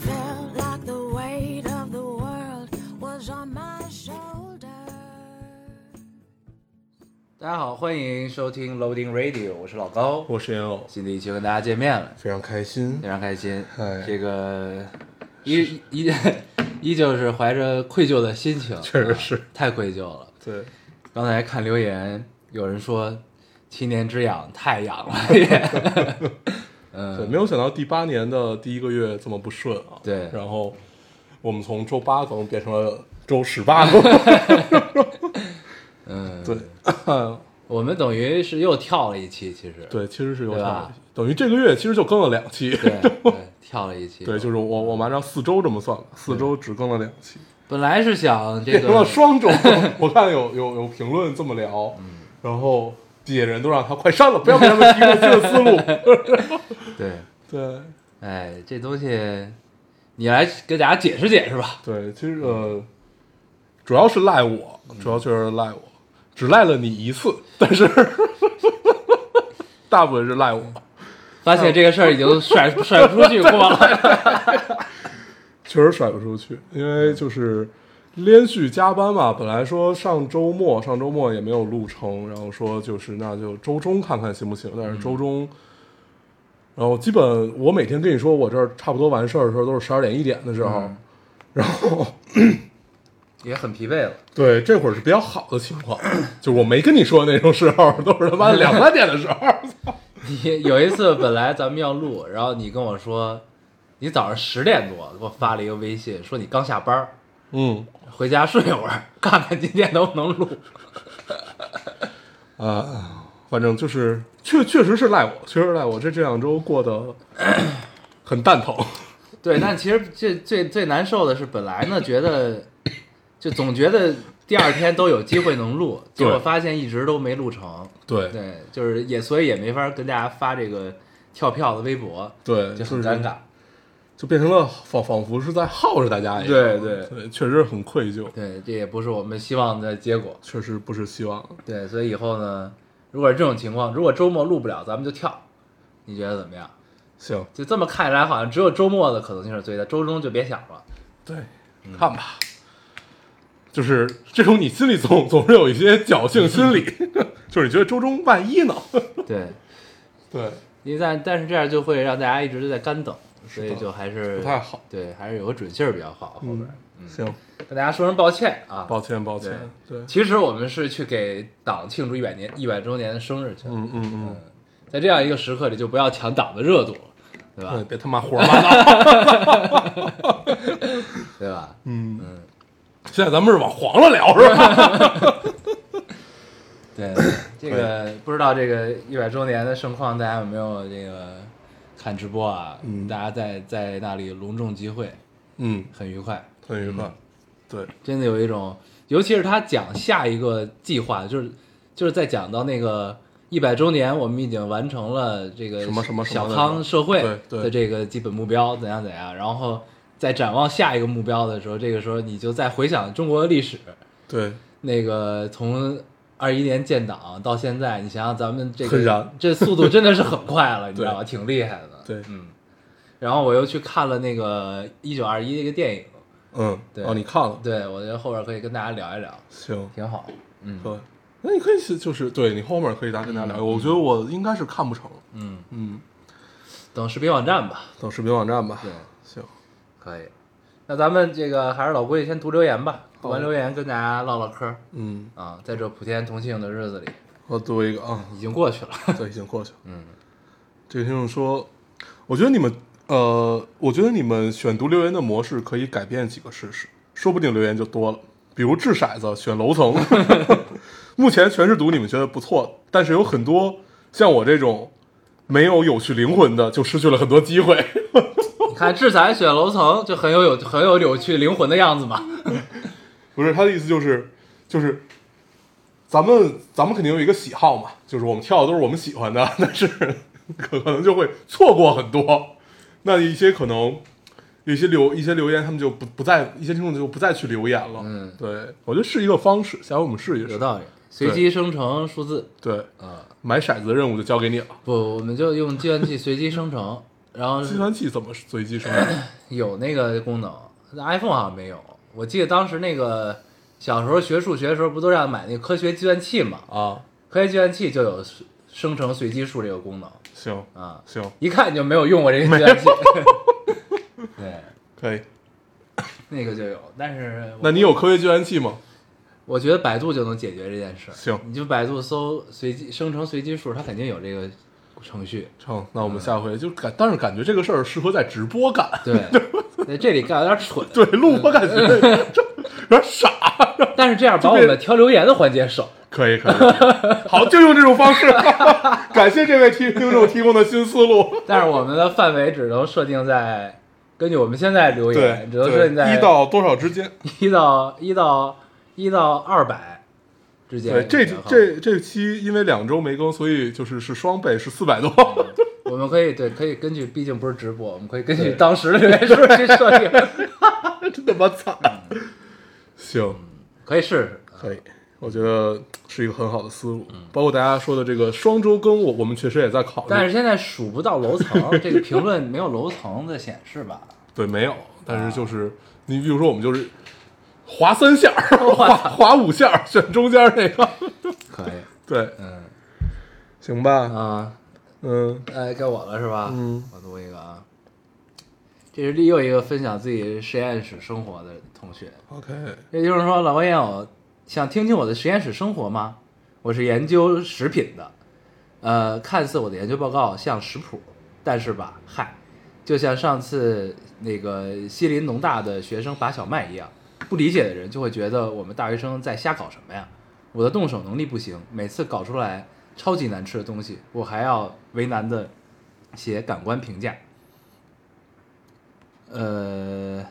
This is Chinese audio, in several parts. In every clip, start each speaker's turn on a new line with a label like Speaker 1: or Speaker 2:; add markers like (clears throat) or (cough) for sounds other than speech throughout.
Speaker 1: Felt like the weight of the world was on my shoulders.
Speaker 2: 大家好，欢迎收听 Loading Radio，我是老高，
Speaker 3: 我是烟偶，
Speaker 2: 新的一期跟大家见面了，
Speaker 3: 非常开心
Speaker 2: 非。常开心
Speaker 3: 嗨。
Speaker 2: 这个依依 (laughs) 依旧是怀着愧疚的心情，
Speaker 3: 确实是
Speaker 2: 啊太愧疚了。
Speaker 3: 对，
Speaker 2: 刚才看留言，有人说七年之痒太痒了 (laughs) 也，嗯
Speaker 3: 对，没有想到第八年的第一个月这么不顺啊。
Speaker 2: 对
Speaker 3: 然后我们从周八更变成了周十八更。
Speaker 2: (laughs) 嗯，
Speaker 3: (laughs) 对，
Speaker 2: 我们等于是又跳了一期，其实
Speaker 3: 对，其实是有
Speaker 2: 对吧
Speaker 3: 道理。等于这个月其实就更了两期。
Speaker 2: 对对跳了一期，
Speaker 3: (laughs) 对，就是我我们按照四周这么算吧，四周只更了两期，
Speaker 2: 本来是想这
Speaker 3: (laughs) 变成了
Speaker 2: 个
Speaker 3: 双周。我看有有有评论这么聊，
Speaker 2: 嗯
Speaker 3: 然后底下人都让他快删了，不要给他们提供新的思路。 (laughs)
Speaker 2: 对，
Speaker 3: 对。
Speaker 2: 哎，这东西你来给大家解释解释吧，
Speaker 3: 对，其实呃，主要是赖我，主要确实是赖我，只赖了你一次，但是 (laughs) 大部分是赖我。
Speaker 2: 发现这个事儿已经
Speaker 3: (laughs)
Speaker 2: 甩甩不出去过了，
Speaker 3: 确实甩不出去，因为就是连续加班嘛。本来说上周末，上周末也没有录成，然后说就是那就周中看看行不行。但是周中，然后基本我每天跟你说我这儿差不多完事儿的时候，都是十二点一点的时候。
Speaker 2: 嗯
Speaker 3: 然后，
Speaker 2: 也很疲惫 (laughs) 了，
Speaker 3: 对，这会儿是比较好的情况， (clears throat) 就我没跟你说的那种时候，都是他妈两三点的时候。
Speaker 2: 你有一次本来咱们要录， (laughs) 然后你跟我说，你早上十点多给我发了一个微信，说你刚下班儿，
Speaker 3: 嗯，
Speaker 2: 回家睡会儿， (laughs) 看看今天能不能录。
Speaker 3: 啊，反正就是确确实是赖我，确实赖我，这这两周过得 (clears throat) 很蛋疼。
Speaker 2: (laughs) 对，但其实最最最难受的是，本来呢觉得 (laughs) 就总觉得第二天都有机会能录，结
Speaker 3: 对
Speaker 2: 果发现一直都没录成。
Speaker 3: 对
Speaker 2: 对，就是也所以也没法跟大家发这个跳票的微博，
Speaker 3: 对，
Speaker 2: 就
Speaker 3: 就
Speaker 2: 很
Speaker 3: 是
Speaker 2: 尴尬。
Speaker 3: 就变成了仿仿佛是在耗着大家一样。
Speaker 2: 对对
Speaker 3: 对，确实很愧疚，
Speaker 2: 对，这也不是我们希望的结果。
Speaker 3: 确实不是希望。
Speaker 2: 对，所以以后呢，如果是这种情况，如果周末录不了，咱们就跳，你觉得怎么样？
Speaker 3: 行，
Speaker 2: 就这么看来，好像只有周末的可能性是最大，周中就别想了。
Speaker 3: 对，嗯看吧。就是这种，你心里总总是有一些侥幸心理， (laughs) 就是你觉得周中万一呢？
Speaker 2: 对，
Speaker 3: 对，
Speaker 2: 因为但但是这样就会让大家一直在干等，所以就还是
Speaker 3: 不太好。
Speaker 2: 对，还是有个准信儿比较好。后边
Speaker 3: 嗯
Speaker 2: 儿，
Speaker 3: 行，
Speaker 2: 跟大家说声抱歉啊。
Speaker 3: 抱歉，抱歉。对，
Speaker 2: 其实我们是去给党庆祝一百年一百周年的生日去，
Speaker 3: 嗯嗯嗯，
Speaker 2: 在这样一个时刻里，就不要抢党的热度，对吧？
Speaker 3: 对，别他妈胡说八道。
Speaker 2: 对吧？
Speaker 3: 嗯嗯，现在咱们是往黄了聊是吧？ (coughs)
Speaker 2: 对，这个不知道这个一百周年的盛况，大家有没有这个看直播啊？
Speaker 3: 嗯
Speaker 2: 大家在在那里隆重集会，
Speaker 3: (laughs) 嗯，
Speaker 2: 很愉快，
Speaker 3: 很愉快。对，
Speaker 2: 真的有一种，尤其是他讲下一个计划，就是就是在讲到那个一百周年，我们已经完成了这个
Speaker 3: 什么什么什
Speaker 2: 小
Speaker 3: 么的
Speaker 2: 康社会
Speaker 3: 对对
Speaker 2: 的这个基本目标怎样怎样，然后在展望下一个目标的时候，这个时候你就在回想中国的历史，
Speaker 3: 对，
Speaker 2: 那个从二一年建党到现在，你想想咱们这
Speaker 3: 很
Speaker 2: 个
Speaker 3: 燃
Speaker 2: 这速度真的是很快
Speaker 3: (laughs)
Speaker 2: 了，你知道吧？挺厉害的。
Speaker 3: 对
Speaker 2: 嗯。然后我又去看了那个《一九二一》那个电影，
Speaker 3: 嗯，
Speaker 2: 对
Speaker 3: 哦，你看了，
Speaker 2: 对我觉得后边可以跟大家聊一聊，
Speaker 3: 行，
Speaker 2: 挺好。嗯
Speaker 3: 对，那你可以是就是对你后面可以大跟大家聊。我觉得我应该是看不成，
Speaker 2: 嗯，
Speaker 3: 嗯，
Speaker 2: 等视频网站吧。
Speaker 3: 等视频网站吧
Speaker 2: 对。，
Speaker 3: 行，
Speaker 2: 可以。那咱们这个还是老规矩，先读留言吧。读完
Speaker 3: 好
Speaker 2: 留言跟大家唠唠嗑儿
Speaker 3: 嗯，
Speaker 2: 啊，在这普天同庆的日子里，
Speaker 3: 我读一个啊，
Speaker 2: 已经过去了。
Speaker 3: (laughs) 这已经过去了。
Speaker 2: 嗯，
Speaker 3: 这个听众说，我觉得你们呃，我觉得你们选读留言的模式可以改变几个试试，说不定留言就多了。比如掷骰子选楼层， (laughs) 目前全是读你们觉得不错的，但是有很多像我这种没有有趣灵魂的，就失去了很多机会。
Speaker 2: 你看志才选楼层就很有有很有有趣灵魂的样子嘛。
Speaker 3: 不是他的意思就是就是。咱们咱们肯定有一个喜好嘛，就是我们跳的都是我 (laughs) 们喜欢的，但是可可能就会错过很多。那一些可能有一些留一些留言，他们就不不再一些听众就不再去留言了。
Speaker 2: 嗯，
Speaker 3: 对，我觉得是一个方式，下回我们试一
Speaker 2: 有
Speaker 3: 试。
Speaker 2: 道理。随机生成数字
Speaker 3: 对，
Speaker 2: 啊，
Speaker 3: 买骰子的任务就交给你了。
Speaker 2: 不，我们就用计算器随机生成，然后
Speaker 3: 计算器怎么随机生成？
Speaker 2: (laughs) 有那个功能，iPhone 好像没有。我记得当时那个小时候学数学的时候，不都让买那个科学计算器嘛？
Speaker 3: 啊，
Speaker 2: 科学计算器就有生成随机数这个功能
Speaker 3: 行
Speaker 2: 啊，
Speaker 3: 行，
Speaker 2: 一看你就没有用过这个计算器。 (laughs) 对，
Speaker 3: 可以。
Speaker 2: 那个就有，但是
Speaker 3: 那你有科学计算器吗？
Speaker 2: 我觉得百度就能解决这件事。
Speaker 3: 行
Speaker 2: 你就百度搜随机生成随机数，它肯定有这个程序。
Speaker 3: 成，那我
Speaker 2: 嗯
Speaker 3: 们下回就感，但是感觉这个事儿适合在直播干， (laughs)
Speaker 2: 对，在这里干有点蠢，
Speaker 3: 对，录播感觉 (laughs) 有点傻。
Speaker 2: 但是这样把我们挑留言的环节省。
Speaker 3: 可以可以，好，就用这种方式。 (laughs) 感谢这位听听众提供的新思路。
Speaker 2: 但是我们的范围只能设定在根据我们现在留
Speaker 3: 对
Speaker 2: 言，，只能设
Speaker 3: 对，
Speaker 2: 定在
Speaker 3: 一到多少之间？
Speaker 2: 一到一到一到二百之间。
Speaker 3: 对，这
Speaker 2: 然后
Speaker 3: 这这期因为两周没更，所以就是是双倍，是四百多。 (laughs)
Speaker 2: 我们可以对可以根据，毕竟不是直播，我们可以根据当时的留言数去设定，
Speaker 3: (laughs) 真他妈惨。
Speaker 2: 嗯
Speaker 3: 行，
Speaker 2: 可以试试。
Speaker 3: 可以，我觉得是一个很好的思路。包括大家说的这个双周更，我我们确实也在考虑。
Speaker 2: 但是现在数不到楼层，这个评论没有楼层的显示吧？
Speaker 3: 对，没
Speaker 2: 啊
Speaker 3: 有，但是就是、你比如说我们就是划三
Speaker 2: (laughs)
Speaker 3: 下儿，划划五下儿，选中间儿那个。
Speaker 2: 可以，
Speaker 3: 对，
Speaker 2: 嗯
Speaker 3: 行吧，
Speaker 2: 啊，
Speaker 3: 嗯，
Speaker 2: 呃，该我了是吧？
Speaker 3: 嗯，
Speaker 2: 我读一个啊，这是又一个分享自己实验室生活的同学，
Speaker 3: OK，
Speaker 2: 也就是说，老烟友想听听我的实验室生活吗？我是研究食品的，呃，看似我的研究报告像食谱，但是吧，嗨，就像上次那个西林农大的学生拔小麦一样，不理解的人就会觉得我们大学生在瞎搞什么呀？我的动手能力不行，每次搞出来超级难吃的东西，我还要为难的写感官评价。呃，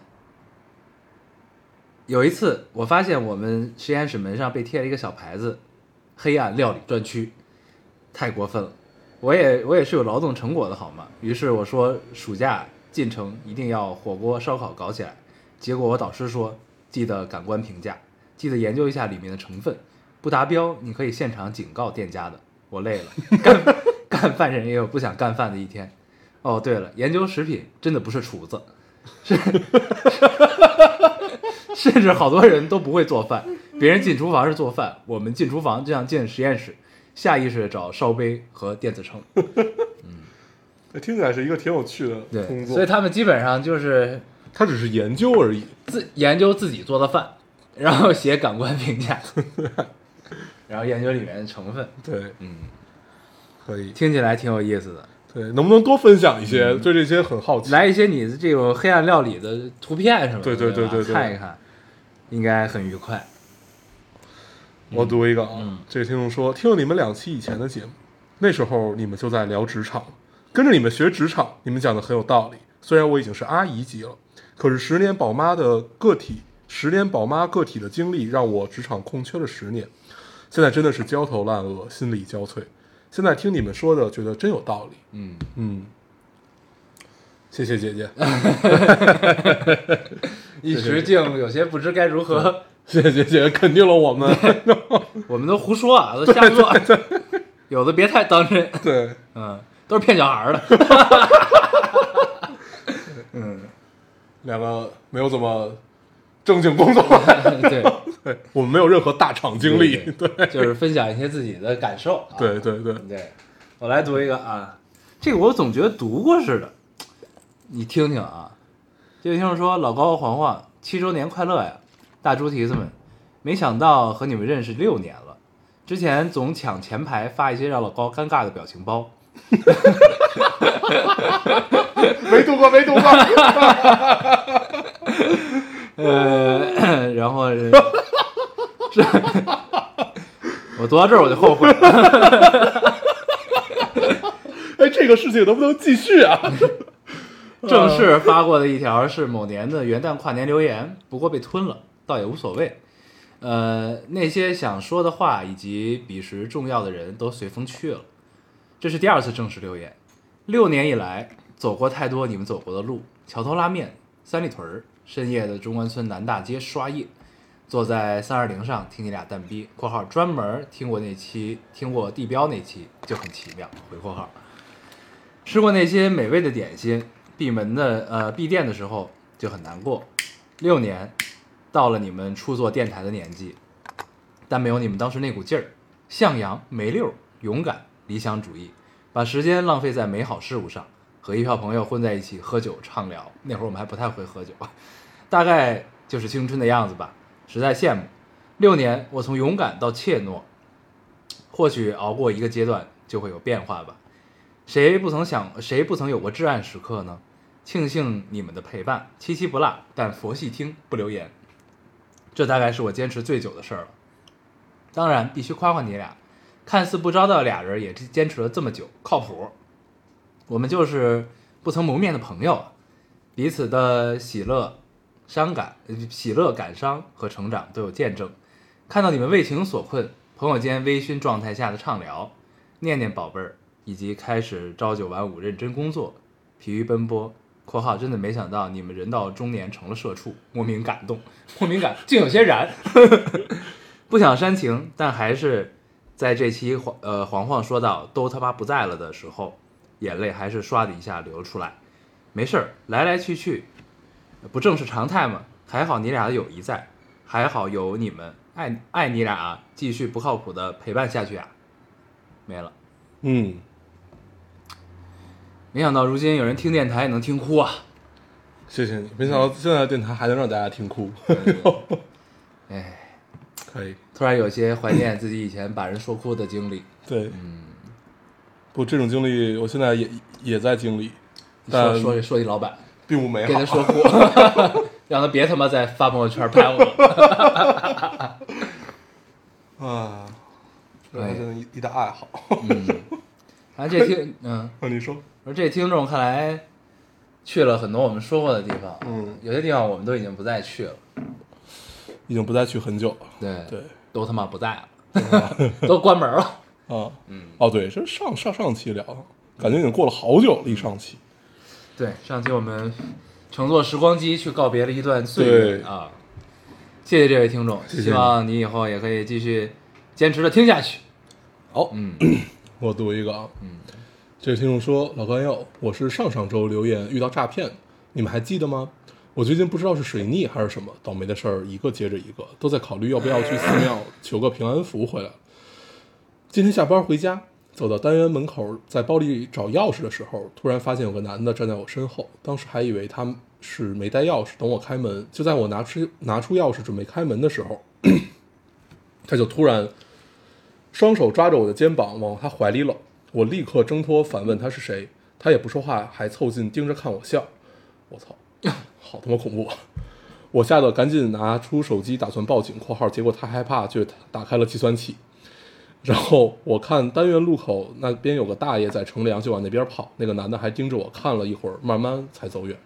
Speaker 2: 有一次，我发现我们实验室门上被贴了一个小牌子“黑暗料理专区”，太过分了。我也我也是有劳动成果的好吗？于是我说暑假进城一定要火锅烧烤搞起来。结果我导师说，记得感官评价，记得研究一下里面的成分，不达标你可以现场警告店家的。我累了， (laughs) 干干饭人也有不想干饭的一天。哦，对了，研究食品真的不是厨子， (laughs) 甚至好多人都不会做饭，别人进厨房是做饭，我们进厨房就像进实验室，下意识地找烧杯和电子
Speaker 3: (laughs)
Speaker 2: 秤。
Speaker 3: 那哎听起来是一个挺有趣的工
Speaker 2: 对，
Speaker 3: 作。
Speaker 2: 所以他们基本上就是
Speaker 3: 它只是研究而已。
Speaker 2: 自研究自己做的饭， (laughs) 然后写感官评
Speaker 3: (laughs)
Speaker 2: 价，然后研究里面的成分，
Speaker 3: 对，嗯，可以。
Speaker 2: 听起来挺有意思的。
Speaker 3: 对，能不能多分享一些？对这些很好
Speaker 2: 嗯
Speaker 3: 奇。
Speaker 2: 来一些你这种黑暗料理的图片什么的，
Speaker 3: 对对对
Speaker 2: 吧
Speaker 3: 对对
Speaker 2: 看一看，应该很愉快。
Speaker 3: 我读一个啊，
Speaker 2: 嗯
Speaker 3: 这个听众说，听了你们两期以前的节目，那时候你们就在聊职场，跟着你们学职场，你们讲的很有道理。虽然我已经是阿姨级了，可是十年宝妈的个体，十年宝妈个体的经历，让我职场空缺了十年，现在真的是焦头烂额，心力交瘁。现在听你们说的，觉得真有道理。
Speaker 2: 嗯，
Speaker 3: 嗯，谢谢姐姐， (laughs)
Speaker 2: 一时竟有些不知该如
Speaker 3: (laughs)
Speaker 2: 何，
Speaker 3: 谢谢姐姐肯定了我们。 (laughs)
Speaker 2: 我们都胡说啊，都瞎说，有的别太当真。
Speaker 3: 对，
Speaker 2: 嗯，都是骗小孩儿的。 (laughs)
Speaker 3: 两个没有怎么正经工作。
Speaker 2: 对，
Speaker 3: 对，我们没有任何大厂经历。对，
Speaker 2: (laughs) 就是分享一些自己的感受、啊。
Speaker 3: (laughs) 对，对，对，
Speaker 2: 对，我来读一个啊，这个我总觉得读过似的，你听听啊。这位听众说：“老高、黄黄，七周年快乐呀！大猪蹄子们，没想到和你们认识六年了。之前总抢前排发一些让老高尴尬的表情包， (laughs)
Speaker 3: 没读过，没 (laughs) 读过。
Speaker 2: 呃，然后 (laughs) 是这，我读到这儿我就后悔了。”
Speaker 3: 哎，这个事情能不能继续啊？
Speaker 2: (laughs) 正式发过的一条是某年的元旦跨年留言，不过被吞了，倒也无所谓。呃，那些想说的话以及彼时重要的人都随风去了。这是第二次正式留言，六年以来走过太多你们走过的路，桥头拉面三里屯儿深夜的中关村南大街刷夜，坐在三二零上听你俩蛋逼（括号专门听过那期，听过地标那期就很奇妙）回括号。吃过那些美味的点心，闭门的呃闭店的时候就很难过。六年，到了你们初做电台的年纪，但没有你们当时那股劲儿，向阳、梅溜、勇敢、理想主义，把时间浪费在美好事物上，和一票朋友混在一起喝酒畅聊。那会儿我们还不太会喝酒，大概就是青春的样子吧，实在羡慕。六年，我从勇敢到怯懦，或许熬过一个阶段就会有变化吧。谁不曾想，谁不曾有过至暗时刻呢？庆幸你们的陪伴，七七不落，但佛系听不留言，这大概是我坚持最久的事儿了。当然，必须夸夸你俩，看似不招的俩人也坚持了这么久，靠谱。我们就是不曾谋面的朋友啊，彼此的喜乐、伤感、呃喜乐、感伤和成长都有见证。看到你们为情所困，朋友间微醺状态下的畅聊，念念宝贝儿，以及开始朝九晚五认真工作，疲于奔波。（括号真的没想到你们人到中年成了社畜，莫名感动，莫名感竟有些燃。）不想煽情，但还是在这期黄呃黄黄说到都他妈不在了的时候，眼泪还是唰的一下流出来。没事儿，来来去去，不正是常态吗？还好你俩的友谊在，还好有你们，爱爱你俩啊，继续不靠谱的陪伴下去啊。没了，
Speaker 3: 嗯，
Speaker 2: 没想到如今有人听电台也能听哭啊！
Speaker 3: 谢谢你，没想到现在电台还能让大家听哭，
Speaker 2: 哎，
Speaker 3: (laughs) 可以，
Speaker 2: 突然有些怀念自己以前把人说哭的经历。
Speaker 3: 对，嗯不，这种经历我现在也也在经历，但
Speaker 2: 说说说你老板，
Speaker 3: 并不美
Speaker 2: 给他
Speaker 3: 好。
Speaker 2: 说哭，让他别他妈再发朋友圈拍我了。
Speaker 3: (laughs) 啊，这
Speaker 2: 哎
Speaker 3: 是真的一一大爱好。 (laughs)
Speaker 2: 啊，这听嗯，
Speaker 3: 啊，你说，
Speaker 2: 而这听众看来去了很多我们说过的地方，
Speaker 3: 嗯，
Speaker 2: 有些地方我们都已经不再去了，
Speaker 3: 已经不再去很久了。
Speaker 2: 对
Speaker 3: 对，
Speaker 2: 都他妈不在
Speaker 3: (laughs)
Speaker 2: 了，都关门了。
Speaker 3: 啊，嗯，哦，对，这是上上上期聊，感觉已经过了好久了，一上期。
Speaker 2: 对，上期我们乘坐时光机去告别了一段岁月
Speaker 3: 对
Speaker 2: 啊，谢谢这位听众，
Speaker 3: 谢谢
Speaker 2: 希望你以后也可以继续坚持的听下去。
Speaker 3: 好，嗯，我读一个啊，嗯，这个听众说，老高友，我是上上周留言遇到诈骗，你们还记得吗？我最近不知道是水逆还是什么，倒霉的事儿一个接着一个，都在考虑要不要去寺庙求个平安符回来。今天下班回家，走到单元门口，在包里找钥匙的时候，突然发现有个男的站在我身后，当时还以为他是没带钥匙等我开门。就在我拿出拿出钥匙准备开门的时候， (clears throat) 他就突然双手抓着我的肩膀往他怀里搂。我立刻挣脱，反问他是谁，他也不说话，还凑近盯着看我笑。我操， (laughs) 好他妈恐怖！啊！我吓得赶紧拿出手机打算报警（括号），结果他害怕，就打开了计算器。然后我看单元路口那边有个大爷在乘凉，就往那边跑。那个男的还盯着我看了一会儿，慢慢才走远。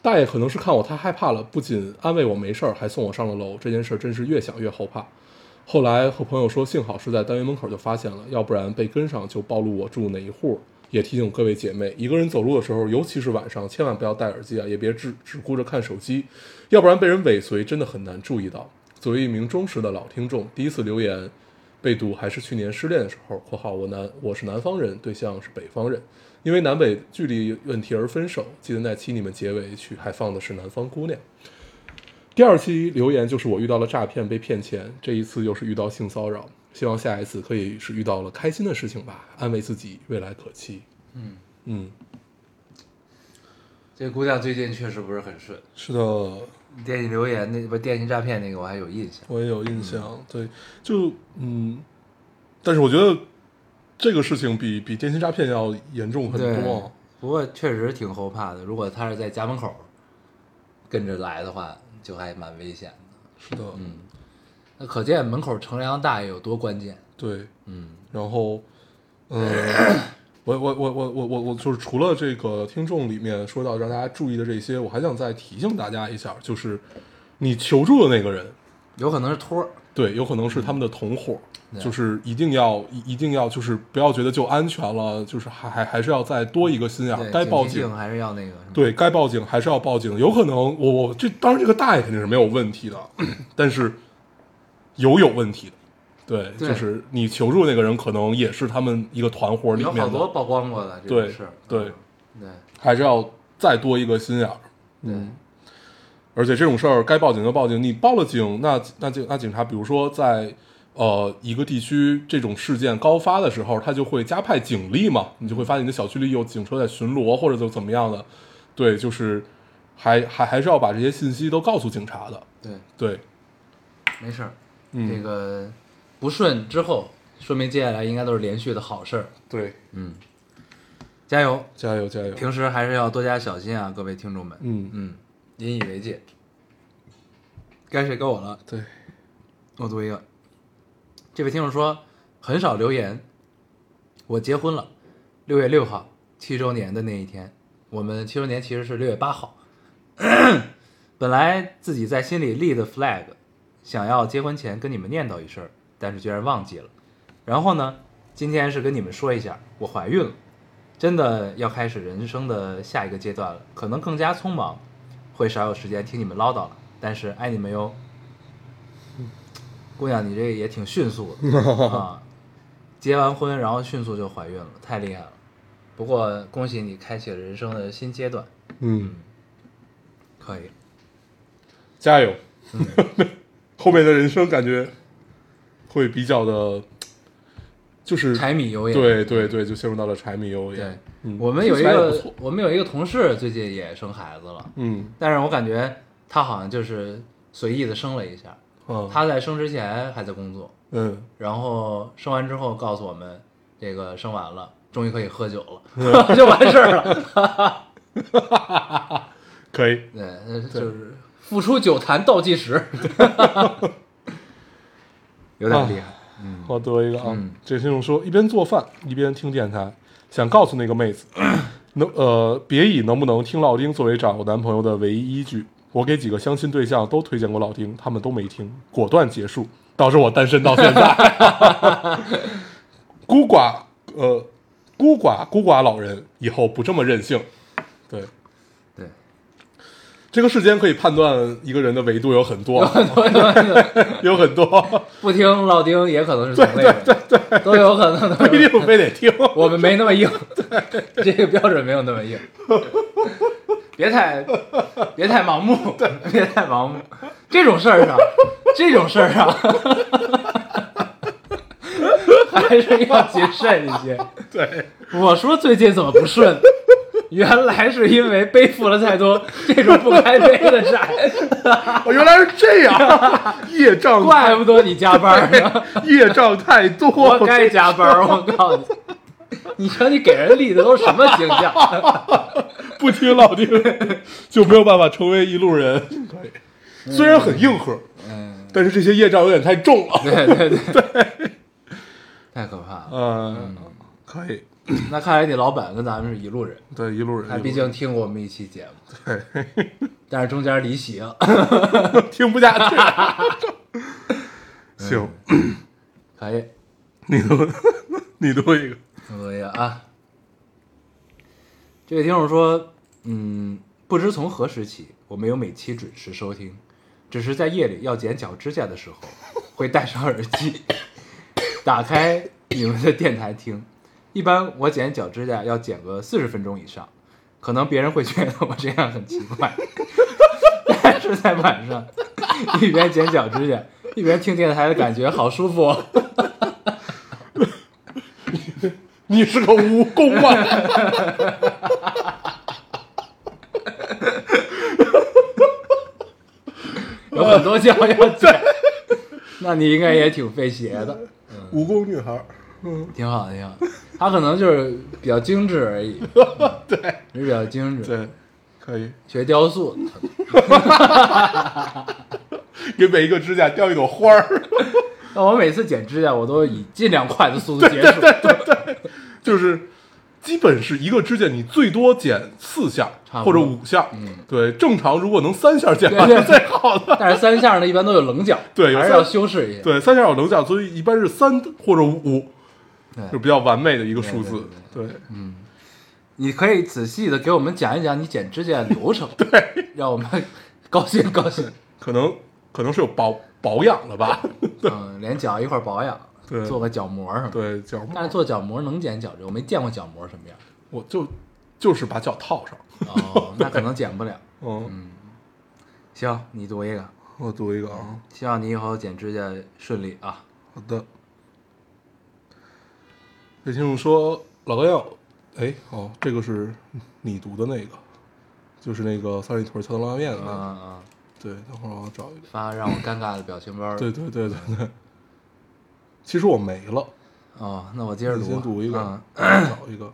Speaker 3: 大爷可能是看我太害怕了，不仅安慰我没事儿，还送我上了楼。这件事真是越想越后怕。后来和朋友说，幸好是在单元门口就发现了，要不然被跟上就暴露我住哪一户。也提醒各位姐妹，一个人走路的时候，尤其是晚上，千万不要戴耳机啊，也别只只顾着看手机，要不然被人尾随真的很难注意到。作为一名忠实的老听众，第一次留言被读还是去年失恋的时候（括号我南我是南方人，对象是北方人），因为南北距离问题而分手。记得那期你们结尾曲还放的是《南方姑娘》。第二期留言就是我遇到了诈骗，被骗钱。这一次又是遇到性骚扰，希望下一次可以是遇到了开心的事情吧，安慰自己，未来可期。嗯嗯，
Speaker 2: 这姑娘最近确实不是很顺，
Speaker 3: 是的，
Speaker 2: 电信留言那不电信诈骗那个我还有印象。
Speaker 3: 我也有印象。对，就嗯，但是我觉得这个事情比比电信诈骗要严重很
Speaker 2: 对
Speaker 3: 多。
Speaker 2: 不过确实挺后怕的，如果他是在家门口跟着来的话，就还蛮危险的。
Speaker 3: 是的，嗯，
Speaker 2: 那可见门口乘凉大爷有多关键。
Speaker 3: 对，
Speaker 2: 嗯，
Speaker 3: 然后，呃，我我我我我我我就是除了这个听众里面说到让大家注意的这些，我还想再提醒大家一下，就是你求助的那个人，
Speaker 2: 有可能是托儿，
Speaker 3: 对，有可能是他们的同伙，
Speaker 2: 对
Speaker 3: 就是一定要一一定要就是不要觉得就安全了，就是还还还是要再多一个心眼儿，
Speaker 2: 对
Speaker 3: 该报
Speaker 2: 警惕
Speaker 3: 警
Speaker 2: 性还是要那个什么，
Speaker 3: 对该报警还是要报警，有可能我我这当然这个大爷肯定是没有问题的， (clears throat) 但是有有问题的，对，
Speaker 2: 对
Speaker 3: 就是你求助那个人可能也是他们一个团伙里
Speaker 2: 有
Speaker 3: 面
Speaker 2: 好多
Speaker 3: 的，
Speaker 2: 曝光过的这
Speaker 3: 对
Speaker 2: 种事儿，
Speaker 3: 对，
Speaker 2: 嗯对
Speaker 3: 还是要再多一个心眼儿。
Speaker 2: 对
Speaker 3: 嗯而且这种事儿该报警就报警，你报了警，那那警那警察，比如说在呃一个地区这种事件高发的时候，他就会加派警力嘛，你就会发现你的小区里有警车在巡逻或者就怎么样的，对，就是还还还是要把这些信息都告诉警察的，
Speaker 2: 对，
Speaker 3: 对，
Speaker 2: 没事儿，
Speaker 3: 嗯，
Speaker 2: 这个不顺之后，说明接下来应该都是连续的好事儿，
Speaker 3: 对，
Speaker 2: 嗯，加油，
Speaker 3: 加油加油，
Speaker 2: 平时还是要多加小心啊，各位听众们，
Speaker 3: 嗯，
Speaker 2: 嗯，引以为戒。该谁该我了，
Speaker 3: 对，
Speaker 2: 我读一个。这位听众说很少留言，我结婚了，六月六号七周年的那一天，我们七周年其实是六月八号。 (clears throat) 本来自己在心里立的 flag，想要结婚前跟你们念叨一声，但是居然忘记了。然后呢，今天是跟你们说一下，我怀孕了。真的要开始人生的下一个阶段了，可能更加匆忙，会少有时间听你们唠叨了。但是爱你们哟，姑娘，你这也挺迅速
Speaker 3: (laughs)
Speaker 2: 的啊！结完婚然后迅速就怀孕了，太厉害了。不过恭喜你开启了人生的新阶段，
Speaker 3: 嗯，
Speaker 2: 可以。
Speaker 3: 加油，
Speaker 2: 嗯
Speaker 3: (laughs) 后面的人生感觉会比较的，就是
Speaker 2: 柴米油盐，
Speaker 3: 对对对，就陷入到了柴米油
Speaker 2: 对
Speaker 3: 盐，嗯，
Speaker 2: 我们有一
Speaker 3: 听起来也不
Speaker 2: 个
Speaker 3: 错
Speaker 2: 我们有一个同事最近也生孩子了，
Speaker 3: 嗯
Speaker 2: 但是我感觉他好像就是随意的生了一下，
Speaker 3: 嗯，
Speaker 2: 他在生之前还在工作，
Speaker 3: 嗯，
Speaker 2: 然后生完之后告诉我们，这个生完了，终于可以喝酒
Speaker 3: (laughs)
Speaker 2: 了，就完事儿了。
Speaker 3: 可以，
Speaker 2: 对，那就是付出酒坛倒计时，有点厉害。
Speaker 3: 我读一个啊，
Speaker 2: 嗯
Speaker 3: 这听众说一边做饭一边听电台，想告诉那个妹子， (clears throat) 能呃别以能不能听老丁作为找男朋友的唯一依据。我给几个相亲对象都推荐过老丁，他们都没听，果断结束，导致我单身到现在。 (laughs) 孤寡呃孤寡孤寡老人以后不这么任性，对。
Speaker 2: 对，
Speaker 3: 这个世间可以判断一个人的维度有很多，有很多，
Speaker 2: 不听老丁也可能是同类人，对对都有可能
Speaker 3: 不
Speaker 2: 都
Speaker 3: 一
Speaker 2: 有。
Speaker 3: 定非得听。
Speaker 2: 我们没那么硬， (laughs) 这个标准没有那么硬。别太别太盲目， (laughs) 别太盲目。这种事儿上，这种事儿啊上， (laughs) 还是要谨慎一些。
Speaker 3: 对，
Speaker 2: 我说最近怎么不顺？ (laughs) 原来是因为背负了太多这种不该背的债， (laughs)
Speaker 3: 我哦原来是这样， (laughs) 业障
Speaker 2: 怪不得你加班呢。
Speaker 3: (laughs) 业障太多，
Speaker 2: 活该加 (laughs) 班，我告诉你，你瞧你给人立的都是什么形象？
Speaker 3: (laughs) 不听老丁就没有办法成为一路人。
Speaker 2: (laughs)
Speaker 3: 可以，虽然很硬核，
Speaker 2: 嗯，
Speaker 3: 但是这些业障有点太重
Speaker 2: (laughs)
Speaker 3: 了。
Speaker 2: 对对 (laughs) 对，太可怕了。
Speaker 3: 嗯，可以，
Speaker 2: 那看来你老板跟咱们是一路人，
Speaker 3: 对一路人，
Speaker 2: 他
Speaker 3: 一路
Speaker 2: 啊毕竟听过我们一期节目，但是中间离席 (laughs) 了，
Speaker 3: 人听不下去。
Speaker 2: (laughs)
Speaker 3: 行，
Speaker 2: 可以，
Speaker 3: 你读，你读一个，
Speaker 2: 可以啊。这位听众说，嗯，不知从何时起，我没有每期准时收听，只是在夜里要剪脚指甲的时候，会戴上耳机， (coughs) 打开你们的电台听。一般我剪脚指甲要剪个四十分钟以上，可能别人会觉得我这样很奇怪， (laughs) 但是在晚上一边剪脚指甲一边听电台的感觉好舒服、哦。
Speaker 3: 你是个蜈蚣啊吗？
Speaker 2: (laughs) (laughs) 有很多觉要剪， (laughs) 那你应该也挺费鞋的，
Speaker 3: 蜈蚣女孩，
Speaker 2: 挺好的，挺好的。他可能就是比较精致而已， (laughs) 对，是比较精致，
Speaker 3: 对，可以
Speaker 2: 学雕塑的，
Speaker 3: 给每一个指甲雕一朵花儿。
Speaker 2: 那我每次剪指甲，我都以尽量快的速度结束，
Speaker 3: 就是基本是一个指甲你最多剪四下
Speaker 2: 差
Speaker 3: 或
Speaker 2: 不
Speaker 3: 者
Speaker 2: 多
Speaker 3: 五下，对，正常如果能三下剪完
Speaker 2: 对
Speaker 3: 是
Speaker 2: 对
Speaker 3: (laughs) 最好的。
Speaker 2: 但是三下呢，一般都有棱角， (laughs)
Speaker 3: 对有
Speaker 2: 还是
Speaker 3: 三
Speaker 2: 要修饰一下。，
Speaker 3: 对，三下有棱角，所以一般是三或者五
Speaker 2: 对，
Speaker 3: 就比较完美的一个数字。对，
Speaker 2: 你可以仔细的给我们讲一讲你剪指甲的流程， (laughs) 对，让我们高兴高兴。
Speaker 3: 可能可能是有保保养了 (laughs) 吧？
Speaker 2: 嗯，连脚一块儿保养，
Speaker 3: 对
Speaker 2: 做个角膜什么的。
Speaker 3: 对，角
Speaker 2: 但是，
Speaker 3: 膜
Speaker 2: 做角膜能剪脚趾，我没见过角膜什么样。
Speaker 3: 我就就是把脚套上。
Speaker 2: 哦，那可能剪不了。
Speaker 3: 嗯，
Speaker 2: 行，你读一个，
Speaker 3: 我读一个啊，
Speaker 2: 希望你以后剪指甲顺利啊。
Speaker 3: 好的。这听众说，老高要，哎，哦，这个是你读的那个，就是那个三里屯桥头拉面的
Speaker 2: 嗯
Speaker 3: 那个。
Speaker 2: 嗯，嗯
Speaker 3: 对，等会儿我找一个。
Speaker 2: 发让我尴尬的表情包。
Speaker 3: 对对对对对。其实我没了，
Speaker 2: 哦，那我接着
Speaker 3: 你
Speaker 2: 读啊。
Speaker 3: 先读一个
Speaker 2: 嗯，
Speaker 3: 找一个。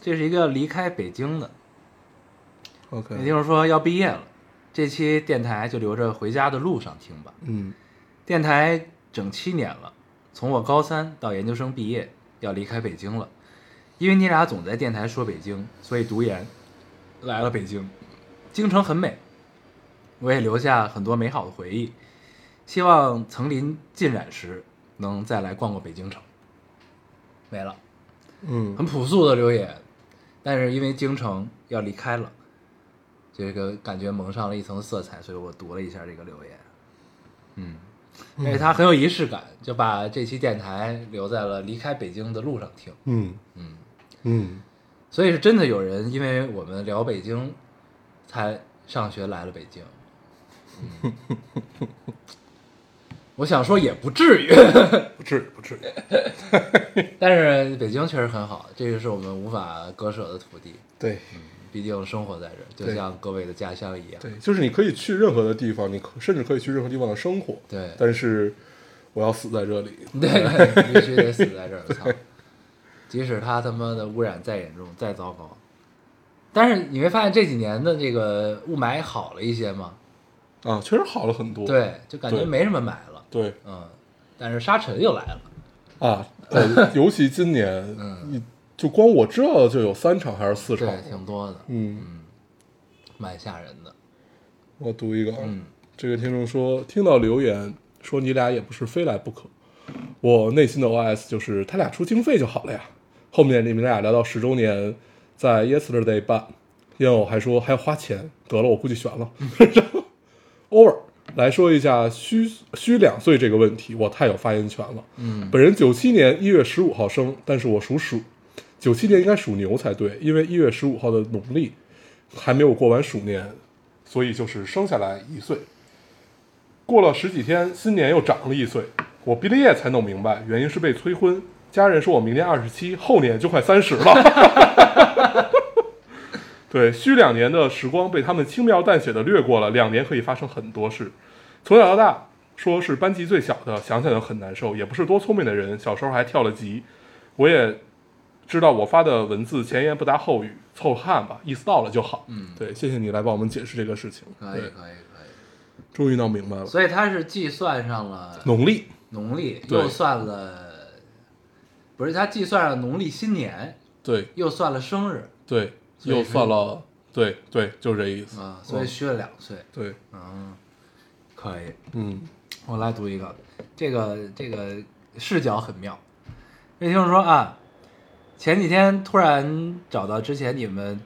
Speaker 2: 这是一个离开北京的，也
Speaker 3: OK，
Speaker 2: 就是说要毕业了，这期电台就留着回家的路上听吧。
Speaker 3: 嗯，
Speaker 2: 电台整七年了，从我高三到研究生毕业，要离开北京了。因为你俩总在电台说北京，所以读研来了北京。京城很美，我也留下很多美好的回忆。希望层林尽染时，能再来逛逛北京城。没了。
Speaker 3: 嗯，
Speaker 2: 很朴素的留言，但是因为京城要离开了，这个感觉蒙上了一层色彩，所以我读了一下这个留言。嗯，因为它很有仪式感，就把这期电台留在了离开北京的路上听。
Speaker 3: 嗯
Speaker 2: 嗯，
Speaker 3: 嗯
Speaker 2: 所以是真的有人因为我们聊北京，才上学来了北京。嗯、我想说也不至于， (laughs)
Speaker 3: 不至于不至于。
Speaker 2: 但是北京确实很好，这个是我们无法割舍的土地。
Speaker 3: 对
Speaker 2: 毕竟生活在这儿，就
Speaker 3: 对
Speaker 2: 像各位的家乡一样。
Speaker 3: 对，就是你可以去任何的地方，你可甚至可以去任何地方的生活。
Speaker 2: 对
Speaker 3: 但是我要死在这里。
Speaker 2: 对对， (laughs) 必须得死在这儿。操！即使他他妈的污染再严重、再糟糕，但是你会发现这几年的这个雾霾好了一些嘛？
Speaker 3: 啊，确实好了很多。
Speaker 2: 对，就感觉
Speaker 3: 对
Speaker 2: 没什么霾了。
Speaker 3: 对
Speaker 2: 嗯，但是沙尘又来了。
Speaker 3: 啊，呃，尤其今年，你就光我这就有三场还是四场？
Speaker 2: 对，挺多的，
Speaker 3: 嗯，
Speaker 2: 蛮吓人的。
Speaker 3: 我读一个啊，
Speaker 2: 嗯
Speaker 3: 这个听众说，听到留言说你俩也不是非来不可，我内心的 OS 就是他俩出经费就好了呀。后面你们俩聊到十周年，在 Yesterday 办，烟偶还说还要花钱，得了，我估计悬了。 (laughs) 然后 over 来说一下虚虚两岁这个问题，我太有发言权了。
Speaker 2: 嗯，
Speaker 3: 本人九七年一月十五号生，但是我属鼠，九七年应该属牛才对，因为一月十五号的农历还没有过完鼠年，所以就是生下来一岁。过了十几天，新年又长了一岁，我毕了业才弄明白，原因是被催婚，家人说我明年二十七，后年就快三十了。 (laughs) 对，虚两年的时光被他们轻描淡写的掠过了，两年可以发生很多事，从小到大，说是班级最小的，想想就很难受。也不是多聪明的人，小时候还跳了级。我也知道我发的文字前言不搭后语，凑合看吧，意思到了就好。
Speaker 2: 嗯哎
Speaker 3: 对，谢谢你来帮我们解释这个事情。
Speaker 2: 可以
Speaker 3: 对，
Speaker 2: 可以可
Speaker 3: 终于闹明白了
Speaker 2: 以。。所以他是计算上了
Speaker 3: 农历，
Speaker 2: 农历，
Speaker 3: 对
Speaker 2: 又算了，不是他计算上农历新年，
Speaker 3: 对
Speaker 2: 又算了生日。
Speaker 3: 对，
Speaker 2: 所以
Speaker 3: 又
Speaker 2: 是
Speaker 3: 算了，对对，就是这意思。
Speaker 2: 啊，所以
Speaker 3: 嗯
Speaker 2: 虚了两岁。
Speaker 3: 对，
Speaker 2: 嗯，可以，
Speaker 3: 嗯
Speaker 2: 我来读一个，这个这个视角很妙。这听众说啊，前几天突然找到之前你们，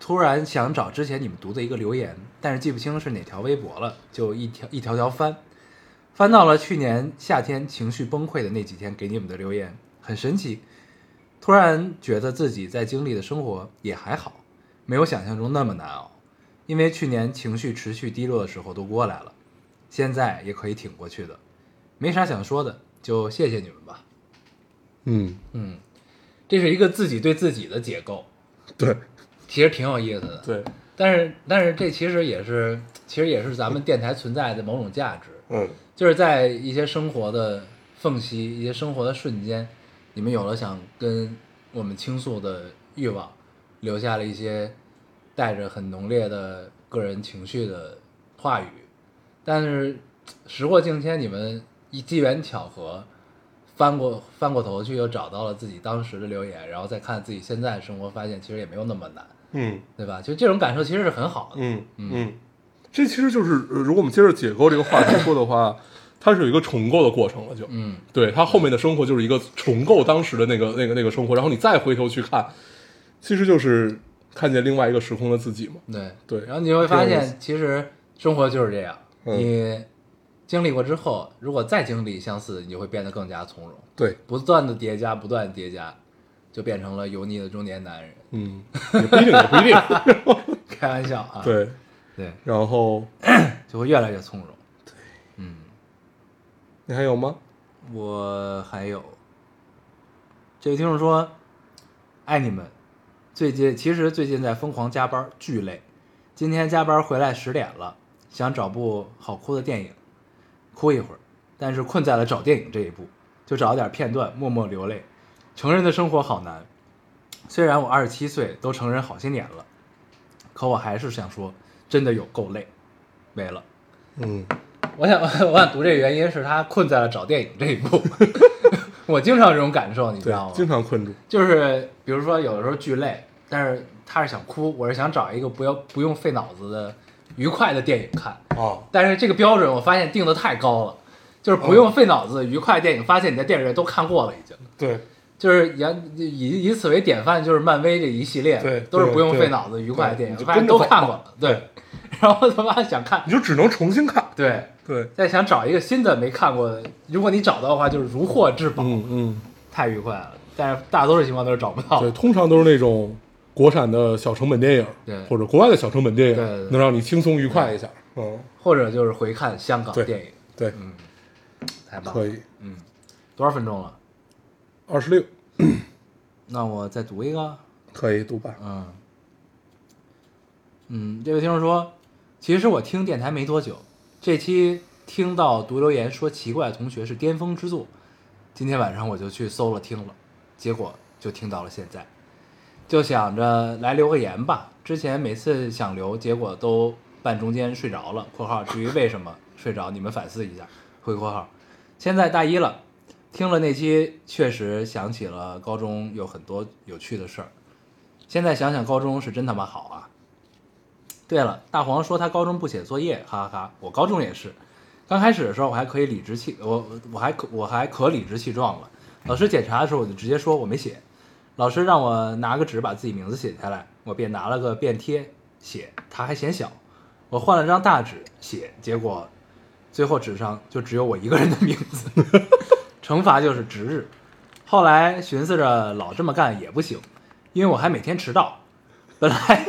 Speaker 2: 突然想找之前你们读的一个留言，但是记不清是哪条微博了，就一条一条条翻，翻到了去年夏天情绪崩溃的那几天给你们的留言，很神奇。突然觉得自己在经历的生活也还好，没有想象中那么难熬，因为去年情绪持续低落的时候都过来了，现在也可以挺过去的，没啥想说的，就谢谢你们吧。
Speaker 3: 嗯，
Speaker 2: 嗯，这是一个自己对自己的解构，
Speaker 3: 对
Speaker 2: 其实挺有意思的。，
Speaker 3: 对，
Speaker 2: 但是但是这其实也是，其实也是咱们电台存在的某种价值，
Speaker 3: 嗯
Speaker 2: 就是在一些生活的缝隙、一些生活的瞬间，你们有了想跟我们倾诉的欲望，留下了一些带着很浓烈的个人情绪的话语。但是时过境迁，你们一机缘巧合翻过翻过头去又找到了自己当时的留言，然后再看自己现在的生活，发现其实也没有那么难，
Speaker 3: 嗯
Speaker 2: 对吧？就这种感受其实是很好的。
Speaker 3: 嗯嗯，这其实就是呃如果我们接着解构这个话题说的话，它是有一个重构的过程了，就
Speaker 2: 嗯，
Speaker 3: 对它后面的生活就是一个重构当时的那个那个那个生活，然后你再回头去看，其实就是看见另外一个时空的自己嘛。
Speaker 2: 对
Speaker 3: 对
Speaker 2: 然后你就会发
Speaker 3: 这种意
Speaker 2: 现，其实生活就是这样，
Speaker 3: 嗯
Speaker 2: 你经历过之后，如果再经历相似，你就会变得更加从容，
Speaker 3: 对，
Speaker 2: 不断的叠加，不断地叠加，就变成了油腻的中年男人。
Speaker 3: 嗯，也不一定，也不一定。 (laughs)
Speaker 2: 开玩笑啊，
Speaker 3: 对，
Speaker 2: 对，
Speaker 3: 然后
Speaker 2: 就会越来越从容。
Speaker 3: 你还有吗？
Speaker 2: 我还有，这位听众说，爱你们。最近其实最近在疯狂加班，巨累。今天加班回来十点了，想找部好哭的电影，哭一会儿，但是困在了找电影这一步，就找点片段，默默流泪。成人的生活好难，虽然我二十七岁，都成人好些年了，可我还是想说，真的有够累，没了。
Speaker 3: 嗯，
Speaker 2: 我想， (laughs) 我想读这个原因是他困在了找电影这一
Speaker 3: (laughs)
Speaker 2: 步。我经常有这种感受，你知
Speaker 3: 对
Speaker 2: 道，
Speaker 3: 经
Speaker 2: 吗？
Speaker 3: 常困住。
Speaker 2: 就是比如说，有的时候巨累，但是他是想哭，我是想找一个不要不用费脑子的愉快的电影看。
Speaker 3: 哦，
Speaker 2: 但是这个标准我发现定的太高了，就是不
Speaker 3: 哦
Speaker 2: 用费脑子愉快的电影，发现你在电影院都看过了已经。
Speaker 3: 对，
Speaker 2: 就是以以以此为典范，就是漫威这一系列，
Speaker 3: 对
Speaker 2: 都是
Speaker 3: 对
Speaker 2: 不用
Speaker 3: 对
Speaker 2: 费脑子愉快的电
Speaker 3: 对你
Speaker 2: 影，
Speaker 3: 就
Speaker 2: 发现
Speaker 3: 跟着
Speaker 2: 都
Speaker 3: 走
Speaker 2: 看过了，对。 (laughs) 然后他妈想看，
Speaker 3: 你就只能重新看。
Speaker 2: 哎对，
Speaker 3: 对，
Speaker 2: 再想找一个新的没看过的，如果你找到的话，就是如获至宝，
Speaker 3: 嗯
Speaker 2: 太愉快了。但是大多数情况都是找不
Speaker 3: 嗯，
Speaker 2: 到
Speaker 3: 对，。通常都是那种国产的小成本电影，
Speaker 2: 对
Speaker 3: 或者国外的小成本电影，
Speaker 2: 对对对
Speaker 3: 能让你轻松愉快一下。嗯，
Speaker 2: 或者就是回看香港
Speaker 3: 对
Speaker 2: 电影，
Speaker 3: 对，
Speaker 2: 太棒了。
Speaker 3: 可以。
Speaker 2: 多少分钟了？
Speaker 3: 二十六，
Speaker 2: 那我再读一个。啊
Speaker 3: 可以读吧？
Speaker 2: 嗯，嗯，这位听众说，其实我听电台没多久，这期听到读留言说奇怪的同学是巅峰之作，今天晚上我就去搜了听了，结果就听到了现在，就想着来留个言吧。之前每次想留，结果都半中间睡着了（括号至于为什么睡着，你们反思一下）。回括号，现在大一了，听了那期确实想起了高中有很多有趣的事儿，现在想想，高中是真他妈好啊！对了，大黄说他高中不写作业，哈哈哈！我高中也是，刚开始的时候我还可以理直气，我我还可我还可理直气壮了。老师检查的时候，我就直接说我没写。老师让我拿个纸把自己名字写下来，我便拿了个便贴写，他还嫌小。我换了张大纸写，结果最后纸上就只有我一个人的名字， (laughs) 惩罚就是值日。后来寻思着老这么干也不行，因为我还每天迟到，本来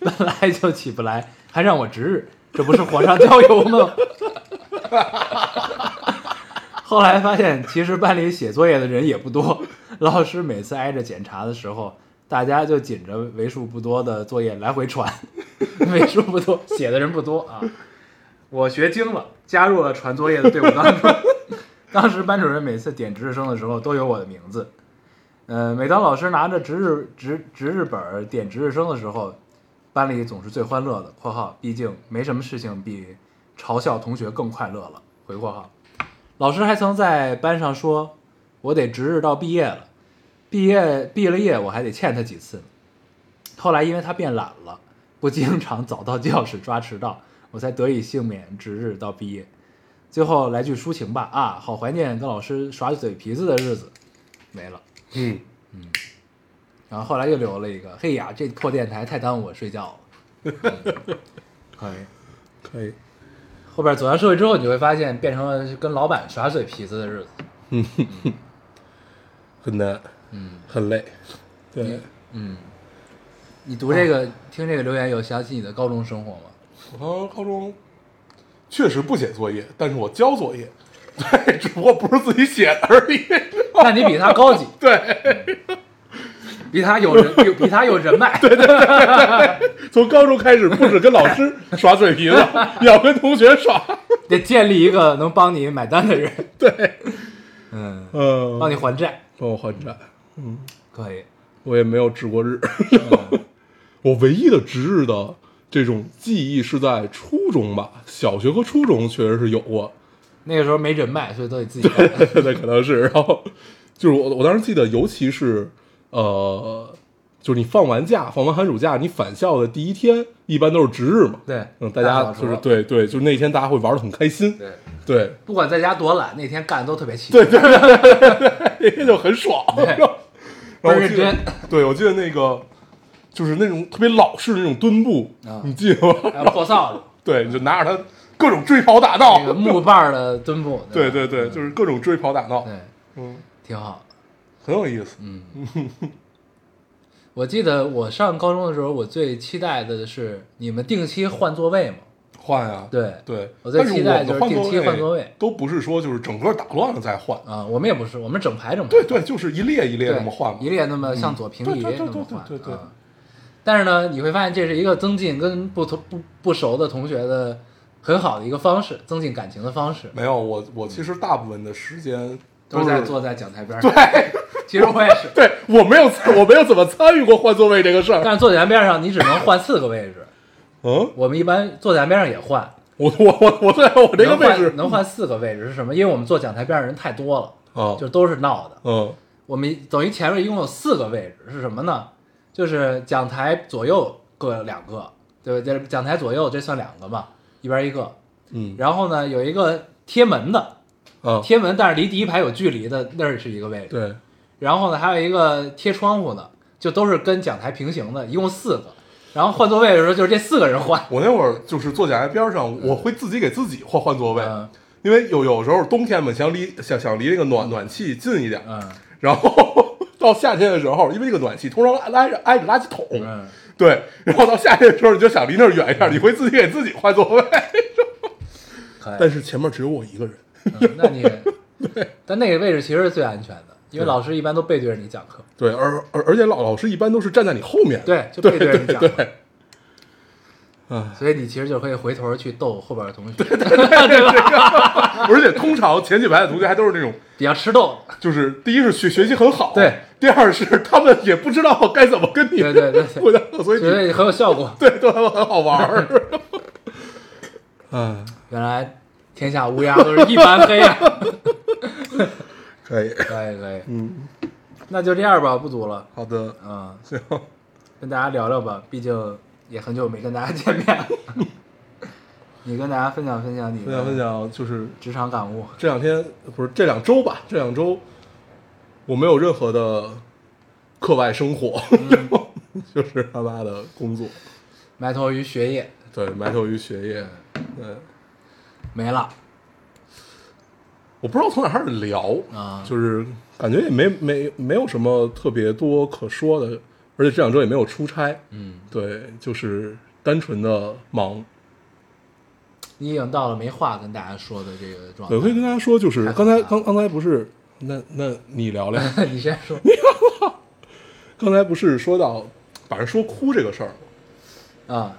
Speaker 2: 本来就起不来，还让我值日，这不是火上浇油吗？ (laughs) 后来发现，其实班里写作业的人也不多，老师每次挨着检查的时候，大家就紧着为数不多的作业来回传，为数不多写的人不多啊。我学精了，加入了传作业的队伍当中。 (laughs) 当时班主任每次点值日生的时候都有我的名字，呃，每当老师拿着值日值值日本儿点值日生的时候，班里总是最欢乐的。（括号毕竟没什么事情比嘲笑同学更快乐了。）回括号，老师还曾在班上说：“我得值日到毕业了，毕业毕了业我还得欠他几次呢。”后来因为他变懒了，不经常早到教室抓迟到，我才得以幸免值日到毕业。最后来句抒情吧啊，好怀念跟老师耍嘴皮子的日子，没了。
Speaker 3: 嗯，
Speaker 2: 然后后来又留了一个，嘿呀，这破电台太耽误我睡觉了。
Speaker 3: (laughs)
Speaker 2: 可以，
Speaker 3: 可以。
Speaker 2: 后边走向社会之后，你就会发现变成了跟老板耍嘴皮子的日子。
Speaker 3: 很难，嗯，很累。对，
Speaker 2: 你读这
Speaker 3: 哦
Speaker 2: 个、听这个留言，有想起你的高中生活吗？
Speaker 3: 我高中确实不写作业，但是我交作业，对，只不过不是自己写的而已。
Speaker 2: 那你比他高级，
Speaker 3: (laughs) 对，
Speaker 2: (laughs) 比他有人，有比他有人
Speaker 3: (laughs)
Speaker 2: 脉。对对
Speaker 3: (laughs) 从高中开始，不止跟老师耍
Speaker 2: (laughs)
Speaker 3: 嘴皮子，也要跟同学耍。
Speaker 2: 得建立一个能帮你买单的人，
Speaker 3: 对，
Speaker 2: 嗯，
Speaker 3: 嗯，
Speaker 2: 帮你还债，
Speaker 3: 帮我还债，
Speaker 2: 可以。
Speaker 3: 我也没有值过日。 (laughs) 我唯一的值日的这种记忆是在初中吧，小学和初中确实是有过。 (laughs)
Speaker 2: 那个时候没人脉，所以都得自己干。
Speaker 3: 那可能是。然后就是我我当时记得，尤其是呃，就是你放完假，放完寒暑假，你返校的第一天，一般都是值日嘛。
Speaker 2: 对
Speaker 3: 嗯，大
Speaker 2: 大
Speaker 3: 家
Speaker 2: 扫除
Speaker 3: 就是对对，就是那天大家会玩的很开心。
Speaker 2: 对，
Speaker 3: 对，
Speaker 2: 不管在家多懒，那天干的都特别齐。对对，
Speaker 3: 那天就哎很爽。
Speaker 2: 对
Speaker 3: (laughs) 然后
Speaker 2: 倍儿
Speaker 3: 我
Speaker 2: 认
Speaker 3: 记得
Speaker 2: 真，
Speaker 3: 对我记得那个就是那种特别老式的那种蹲步
Speaker 2: 啊，
Speaker 3: 你记得吗？
Speaker 2: 还有破扫帚，
Speaker 3: 对，你就拿着它各种追跑打
Speaker 2: 那个
Speaker 3: 闹。
Speaker 2: 木棒儿的蹲步。
Speaker 3: 对
Speaker 2: 吧
Speaker 3: 对对，就是各种追跑打闹，
Speaker 2: 对，嗯
Speaker 3: 嗯，
Speaker 2: 挺好。
Speaker 3: 很有意思。
Speaker 2: 我记得我上高中的时候，我最期待的是你们定期换座位嘛？
Speaker 3: 换呀，
Speaker 2: 对
Speaker 3: 对，
Speaker 2: 我最
Speaker 3: 但是
Speaker 2: 期待
Speaker 3: 我们
Speaker 2: 就是
Speaker 3: 换
Speaker 2: 定期换座
Speaker 3: 座
Speaker 2: 位
Speaker 3: 都不是说就是整个打乱了再换，
Speaker 2: 啊，我们也不是，我们整排整排。
Speaker 3: 对对，就是一列一列
Speaker 2: 对，
Speaker 3: 这么换嘛嗯
Speaker 2: 一。列那么向左平移
Speaker 3: 对对
Speaker 2: 那
Speaker 3: 对
Speaker 2: 么换，
Speaker 3: 对对对对
Speaker 2: 啊但是呢，你会发现这是一个增进跟不同不不熟的同学的很好的一个方式，增进感情的方式，
Speaker 3: 没有，我我其实大部分的时间
Speaker 2: 都是
Speaker 3: 是
Speaker 2: 在坐在讲台边上。
Speaker 3: 对
Speaker 2: (laughs) 其实我也是，
Speaker 3: 对，我没有我没有怎么参与过换座位这个事儿。
Speaker 2: (laughs) 但是坐讲台边上你只能换四个位置，
Speaker 3: 嗯，
Speaker 2: 我们一般坐讲台边上也换，
Speaker 3: 我我我我对啊我这个
Speaker 2: 能
Speaker 3: 位
Speaker 2: 换
Speaker 3: 置
Speaker 2: 能换四个位置是什么？因为我们坐讲台边上人太多了，
Speaker 3: 啊，
Speaker 2: 就都是闹的。
Speaker 3: 嗯
Speaker 2: 我们等于前面一共有四个位置是什么呢？就是讲台左右各两个，对吧？这讲台左右这算两个嘛，一边一个。
Speaker 3: 嗯
Speaker 2: 然后呢，有一个贴门的，
Speaker 3: 啊，
Speaker 2: 贴门，但是离第一排有距离的，那儿是一个位置。
Speaker 3: 对，
Speaker 2: 然后呢，还有一个贴窗户的，就都是跟讲台平行的，一共四个。然后换座位的时候，就是这四个人换。
Speaker 3: 我那会儿就是坐讲台边上，我会自己给自己换换座位，
Speaker 2: 嗯
Speaker 3: 因为有有时候冬天嘛，想离想想离那个暖暖气近一点，
Speaker 2: 嗯
Speaker 3: (laughs) 然后到夏天的时候，因为这个暖气通常挨着挨着垃圾桶，
Speaker 2: 嗯，
Speaker 3: 对，然后到夏天的时候你就想离那儿远一点，你会自己给自己换座位，
Speaker 2: 可以。
Speaker 3: (laughs) 但是前面只有我一个人，
Speaker 2: 嗯那你，但那个位置其实是最安全的，因为
Speaker 3: 对
Speaker 2: 老师一般都背对着你讲课。
Speaker 3: 对，而而而且老老师一般都是站在你后面，
Speaker 2: 对就
Speaker 3: 对
Speaker 2: 背对着你
Speaker 3: 对 (laughs)
Speaker 2: 讲
Speaker 3: 对，啊，
Speaker 2: 所以你其实就可以回头去逗后边的同学， (laughs)
Speaker 3: 而且通常前几排的同学还都是那种，
Speaker 2: 比较吃逗。
Speaker 3: 就是第一是学学习很好，
Speaker 2: 对，
Speaker 3: 第二是他们也不知道该怎么跟你
Speaker 2: 对对对对
Speaker 3: 互相，所以
Speaker 2: 觉
Speaker 3: 你
Speaker 2: 得很有效果。
Speaker 3: 对都很好玩儿，嗯，
Speaker 2: 原来天下乌鸦都是一般黑
Speaker 3: (laughs)
Speaker 2: 呀、
Speaker 3: 可以，
Speaker 2: 可以可以，
Speaker 3: 嗯，
Speaker 2: 那就这样吧，不读了，
Speaker 3: 好的，
Speaker 2: 嗯，
Speaker 3: 行，
Speaker 2: 跟大家聊聊吧，毕竟也很久没跟大家见面了。 (laughs) 你跟大家分享分享你
Speaker 3: 分享分
Speaker 2: 的
Speaker 3: 享就是
Speaker 2: 职场感悟，
Speaker 3: 这两天不是这两周吧？这两周我没有任何的课外生活，就是他妈的工作，
Speaker 2: 埋头于学业
Speaker 3: 对，埋头于学业，对，
Speaker 2: 没了，
Speaker 3: 我不知道从哪开始聊
Speaker 2: 啊
Speaker 3: 就是感觉也没没没有什么特别多可说的，而且这两周也没有出差，
Speaker 2: 嗯，
Speaker 3: 对，就是单纯的忙。
Speaker 2: 你已经到了没话跟大家说的这个状
Speaker 3: 对，我可以
Speaker 2: 态。
Speaker 3: 跟大家说，就是
Speaker 2: 太可
Speaker 3: 刚
Speaker 2: 怕
Speaker 3: 才
Speaker 2: 了
Speaker 3: 刚刚才不是，那那你聊聊，
Speaker 2: (laughs) 你先说，
Speaker 3: 刚才不是说到把人说哭这个事儿吗？
Speaker 2: 啊，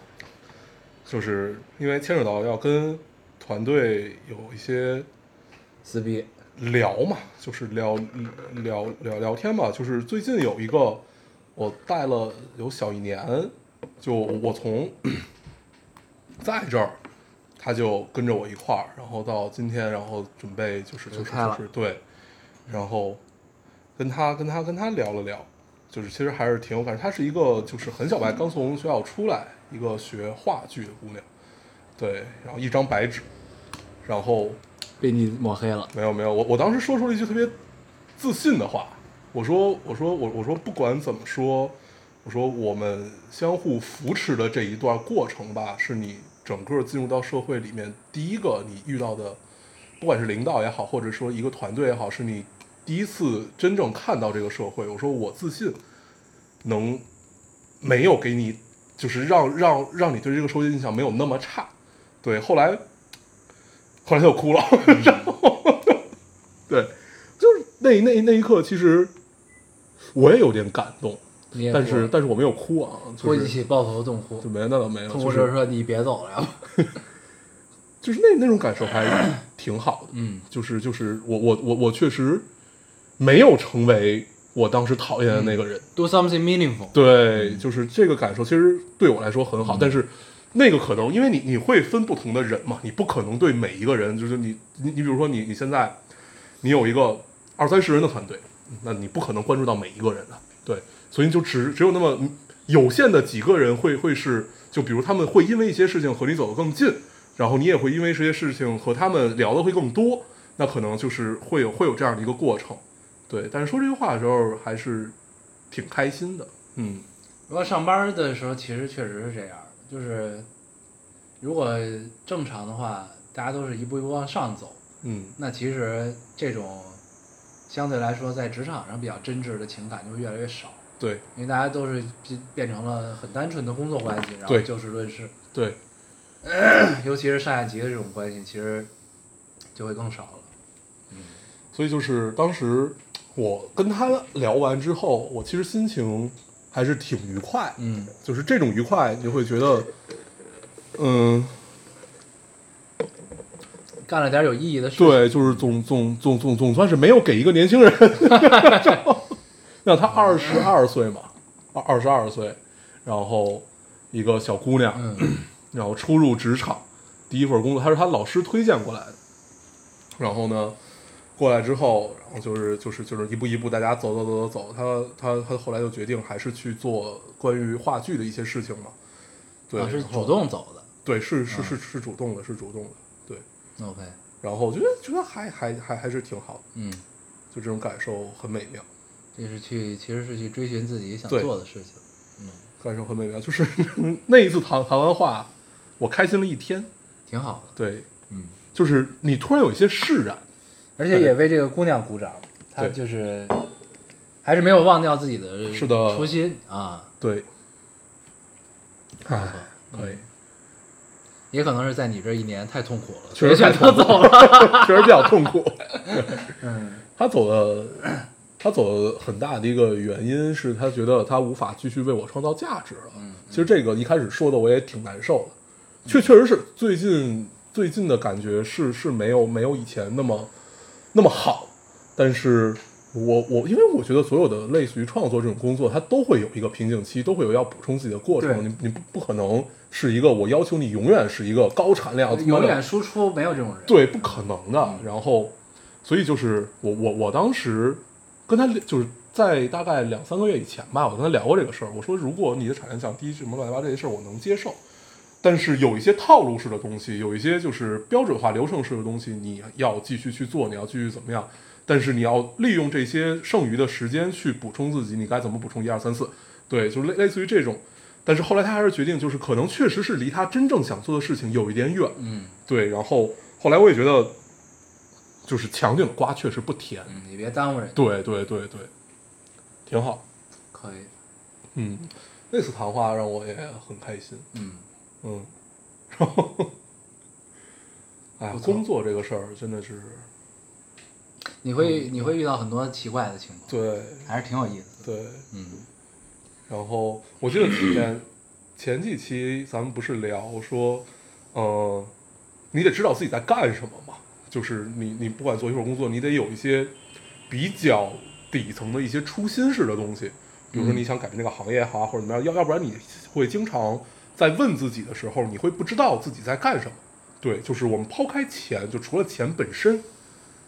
Speaker 3: 就是因为牵扯到要跟团队有一些
Speaker 2: 撕逼，
Speaker 3: 聊嘛，就是聊聊聊聊天嘛。就是最近有一个，我带了有小一年，就我从 (clears throat) 在这儿，他就跟着我一块儿，然后到今天，然后准备就是就
Speaker 2: 离
Speaker 3: 是
Speaker 2: 开了
Speaker 3: 就是对，然后跟他跟他跟他聊了聊，就是其实还是挺有感觉。她是一个就是很小白，刚从学校出来，一个学话剧的姑娘，对，然后一张白纸，然后
Speaker 2: 被你抹黑了，
Speaker 3: 没有没有，我我当时说出了一句特别自信的话，我说我说我我说不管怎么说，我说我们相互扶持的这一段过程吧，是你整个进入到社会里面第一个你遇到的，不管是领导也好，或者说一个团队也好，是你第一次真正看到这个社会。我说我自信能没有给你，就是让让让你对这个社会的印象没有那么差。对，后来后来他就哭了，然后对，就是那那那一刻，其实我也有点感动，
Speaker 2: 你也
Speaker 3: 但是
Speaker 2: 哭了
Speaker 3: 但是我没有哭啊，就
Speaker 2: 哭一
Speaker 3: 是
Speaker 2: 起抱头痛哭
Speaker 3: 就，没那倒没有，
Speaker 2: 痛
Speaker 3: 就
Speaker 2: 哭着
Speaker 3: 是
Speaker 2: 说你别走了，要不
Speaker 3: 就是那那种感受还挺好的，
Speaker 2: (laughs) 嗯
Speaker 3: 就是就是我我我我确实没有成为我当时讨厌的那个人，
Speaker 2: ，do something meaningful。
Speaker 3: 对，就是这个感受其实对我来说很好，但是那个可能，因为你你会分不同的人嘛，你不可能对每一个人，就是你你你比如说你你现在你有一个二三十人的团队，那你不可能关注到每一个人的，对，所以就只只有那么有限的几个人会会是，就比如他们会因为一些事情和你走得更近，然后你也会因为这些事情和他们聊的会更多，那可能就是会有会有这样的一个过程，对，但是说这句话的时候还是挺开心的，嗯，
Speaker 2: 如果上班的时候，其实确实是这样，就是如果正常的话，大家都是一步一步往上走，
Speaker 3: 嗯
Speaker 2: 那其实这种相对来说在职场上比较真挚的情感就会越来越少，
Speaker 3: 对
Speaker 2: 因为大家都是变变成了很单纯的工作关系，然后
Speaker 3: 对
Speaker 2: 就事论事，
Speaker 3: 对，
Speaker 2: (clears throat) 尤其是上下级的这种关系，其实就会更少了。
Speaker 3: 所以就是当时我跟他聊完之后，我其实心情还是挺愉快，
Speaker 2: 嗯，
Speaker 3: 就是这种愉快，你就会觉得，嗯，
Speaker 2: 干了点有意义的事情，
Speaker 3: 对，就是总总总总总算是没有给一个年轻人， (laughs) 让他二十二岁嘛，二二十二岁，然后一个小姑娘，
Speaker 2: 嗯，
Speaker 3: 然后初入职场，第一份工作，他是他老师推荐过来的。然后呢，过来之后，然后就是就是就是一步一步大家走走走走走，他他他后来就决定还是去做关于话剧的一些事情嘛。对，
Speaker 2: 我啊是
Speaker 3: 然后
Speaker 2: 主，动啊走的
Speaker 3: 对，是是是是主动的，是主动的，对。
Speaker 2: ，OK，
Speaker 3: 然后我觉得觉得哎还还还还是挺好的，
Speaker 2: 嗯，
Speaker 3: 就这种感受很美妙，
Speaker 2: 这是去其实是去追寻自己想
Speaker 3: 对
Speaker 2: 做的事情，
Speaker 3: 感受很美妙。就是 (laughs) 那一次谈谈完话，我开心了一天。
Speaker 2: 挺好的，
Speaker 3: 对，
Speaker 2: 嗯，
Speaker 3: 就是你突然有一些释然，
Speaker 2: 而且也为这个姑娘鼓掌，她
Speaker 3: 对
Speaker 2: 就是还是没有忘掉自己的
Speaker 3: 是的
Speaker 2: 初心啊，
Speaker 3: 对，哎，可以，
Speaker 2: 也可能是在你这一年太痛苦了，
Speaker 3: 确
Speaker 2: 所以
Speaker 3: 实太
Speaker 2: 选择
Speaker 3: 痛
Speaker 2: 走了，
Speaker 3: (laughs) 确实比较痛苦。
Speaker 2: 嗯
Speaker 3: 他走的，他走的很大的一个原因是他觉得他无法继续为我创造价值了。
Speaker 2: 嗯，
Speaker 3: 其实这个一开始说的我也挺难受的，确确实是最近最近的感觉是是没有没有以前那么那么好，但是我我因为我觉得所有的类似于创作这种工作，它都会有一个瓶颈期，都会有要补充自己的过
Speaker 2: 对
Speaker 3: 程。你你不不可能是一个我要求你永远是一个高产量，
Speaker 2: 永远输出没有这种人，，
Speaker 3: 对，不可能的。然后，所以就是我我我当时跟他聊就是在大概两三个月以前吧，我跟他聊过这个事儿。我说，如果你的产量降低什么乱七八糟这些事儿，我能接受，但是有一些套路式的东西，有一些就是标准化流程式的东西，你要继续去做，你要继续怎么样？但是你要利用这些剩余的时间去补充自己，你该怎么补充？一二三四，对，就是类类似于这种。但是后来他还是决定，就是可能确实是离他真正想做的事情有一点远，
Speaker 2: 嗯，
Speaker 3: 对，然后后来我也觉得，就是强扭的瓜确实不甜。
Speaker 2: 嗯你别耽误人，
Speaker 3: 对对对对，挺好。
Speaker 2: 可以，
Speaker 3: 嗯，那次谈话让我也很开心。
Speaker 2: 嗯，
Speaker 3: 嗯，然后，哎，
Speaker 2: 不错
Speaker 3: 工作这个事儿真的是，
Speaker 2: 你会你会遇到很多奇怪的情况，，
Speaker 3: 嗯对
Speaker 2: 还是挺有意思的，
Speaker 3: 对。
Speaker 2: 嗯
Speaker 3: 然后我记得前 (clears throat) 前几期咱们不是聊说，呃，你得知道自己在干什么嘛，就是你你不管做一份工作，你得有一些比较底层的一些初心式的东西，比如说
Speaker 2: 嗯
Speaker 3: 你想改变这个行业也好啊，或者怎么样，要要不然你会经常在问自己的时候，你会不知道自己在干什么。对，就是我们抛开钱，就除了钱本身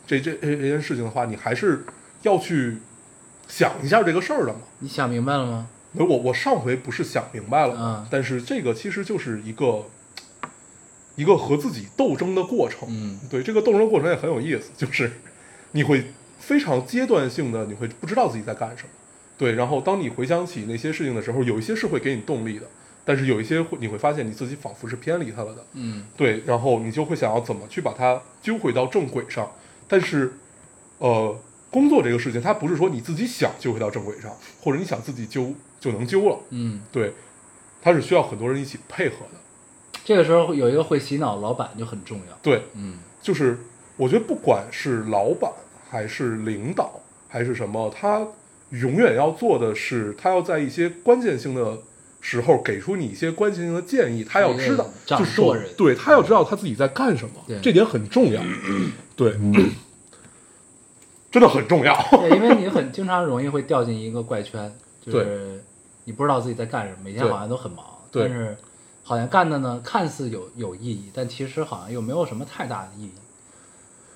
Speaker 3: 这这这这件事情的话，你还是要去想一下这个事儿的嘛。
Speaker 2: 你想明白了吗？
Speaker 3: 那我我上回不是想明白了吗
Speaker 2: 嗯
Speaker 3: 但是这个其实就是一个一个和自己斗争的过程。
Speaker 2: 嗯
Speaker 3: 对，这个斗争过程也很有意思，就是你会非常阶段性的，你会不知道自己在干什么。对，然后当你回想起那些事情的时候，有一些是会给你动力的，但是有一些会你会发现你自己仿佛是偏离它了的。
Speaker 2: 嗯
Speaker 3: 对，然后你就会想要怎么去把它揪回到正轨上。但是，呃，工作这个事情，它不是说你自己想揪回到正轨上，或者你想自己揪就能揪了。
Speaker 2: 嗯，
Speaker 3: 对，它是需要很多人一起配合的。
Speaker 2: 这个时候有一个会洗脑的老板就很重要，
Speaker 3: 对，
Speaker 2: 嗯
Speaker 3: 就是我觉得不管是老板还是领导还是什么，他永远要做的是，他要在一些关键性的时候给出你一些关键性的建议，他要知道，
Speaker 2: 掌
Speaker 3: 就是
Speaker 2: 舵人
Speaker 3: 对他要知道他自己在干什么
Speaker 2: 对，
Speaker 3: 这点很重要。对，嗯 (coughs) 真的很重要。
Speaker 2: (laughs) 对，因为你很经常容易会掉进一个怪圈，就是你不知道自己在干什么，每天
Speaker 3: 对
Speaker 2: 好像都很忙，
Speaker 3: 对
Speaker 2: 但是好像干的呢看似有有意义，但其实好像又没有什么太大的意义，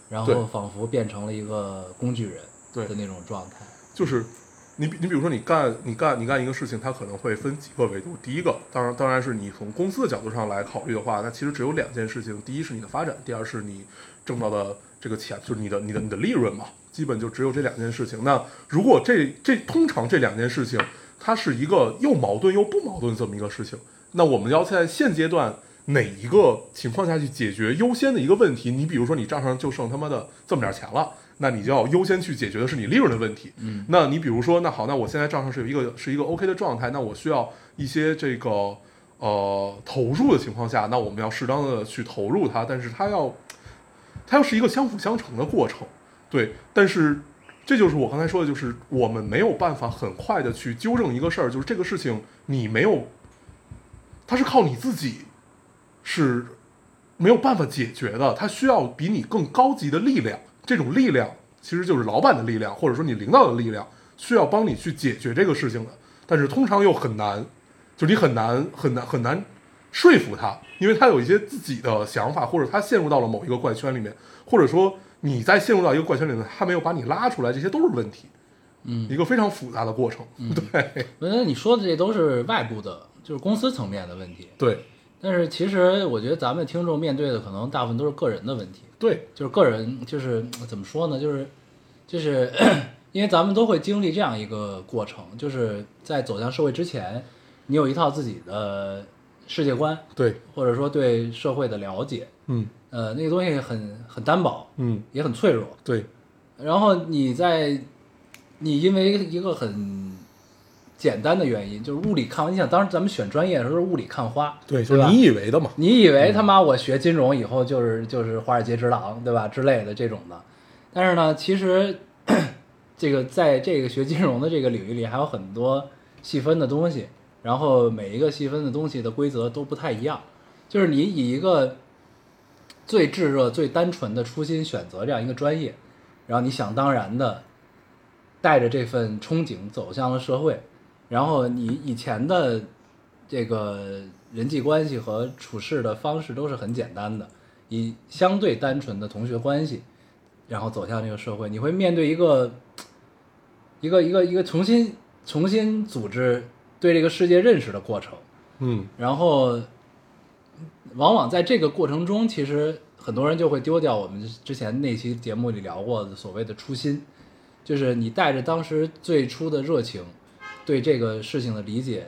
Speaker 2: 然
Speaker 3: 对
Speaker 2: 后仿佛变成了一个工具人
Speaker 3: 对
Speaker 2: 的那种状态。
Speaker 3: 就是你比你比如说你干你干你干一个事情，它可能会分几个维度。第一个，当然当然是你从公司的角度上来考虑的话，那其实只有两件事情：第一是你的发展，第二是你挣到的这个钱，就是你的你的你的利润嘛。基本就只有这两件事情。那如果这这通常这两件事情，它是一个又矛盾又不矛盾这么一个事情，那我们要在现阶段哪一个情况下去解决优先的一个问题？你比如说你账上就剩他妈的这么点钱了，那你就要优先去解决的是你利润的问题。嗯，那你比如说，那好，那我现在账上是有一个是一个 OK 的状态，那我需要一些这个呃投入的情况下，那我们要适当的去投入它，但是它要它要是一个相辅相成的过程，对。但是这就是我刚才说的，就是我们没有办法很快的去纠正一个事儿，就是这个事情你没有，它是靠你自己是没有办法解决的，它需要比你更高级的力量，这种力量其实就是老板的力量，或者说你领导的力量，需要帮你去解决这个事情的，但是通常又很难，就你很难很难很难说服他，因为他有一些自己的想法，或者他陷入到了某一个怪圈里面，或者说你在陷入到一个怪圈里面，他没有把你拉出来，这些都是问题。嗯，一个非常复杂的过程。
Speaker 2: 嗯
Speaker 3: 对
Speaker 2: 我觉得你说的这都是外部的，就是公司层面的问题。
Speaker 3: 对
Speaker 2: 但是其实我觉得咱们听众面对的可能大部分都是个人的问题，
Speaker 3: 对
Speaker 2: 就是个人就是嗯怎么说呢，就是就是 (coughs) 因为咱们都会经历这样一个过程，就是在走向社会之前，你有一套自己的世界观，
Speaker 3: 对，
Speaker 2: 或者说对社会的了解，
Speaker 3: 嗯
Speaker 2: 呃，那个东西很很单薄，
Speaker 3: 嗯，
Speaker 2: 也很脆弱。
Speaker 3: 对
Speaker 2: 然后你在你因为一个很简单的原因，就是物理看花，你想当时咱们选专业的时候是物理看花，
Speaker 3: 对，
Speaker 2: 对
Speaker 3: 就是
Speaker 2: 吧
Speaker 3: 你以为的嘛。
Speaker 2: 你以为他妈我学金融以后就是就是华尔街之狼，对吧之类的这种的，但是呢，其实 (clears throat) 这个在这个学金融的这个领域里还有很多细分的东西，然后每一个细分的东西的规则都不太一样，就是你以一个最炙热、最单纯的初心选择这样一个专业，然后你想当然的带着这份憧憬走向了社会，然后你以前的这个人际关系和处事的方式都是很简单的，以相对单纯的同学关系，然后走向这个社会，你会面对一个一个一个一个重新重新组织对这个世界认识的过程，
Speaker 3: 嗯，
Speaker 2: 然后往往在这个过程中，其实很多人就会丢掉我们之前那期节目里聊过的所谓的初心，就是你带着当时最初的热情，对这个事情的理解，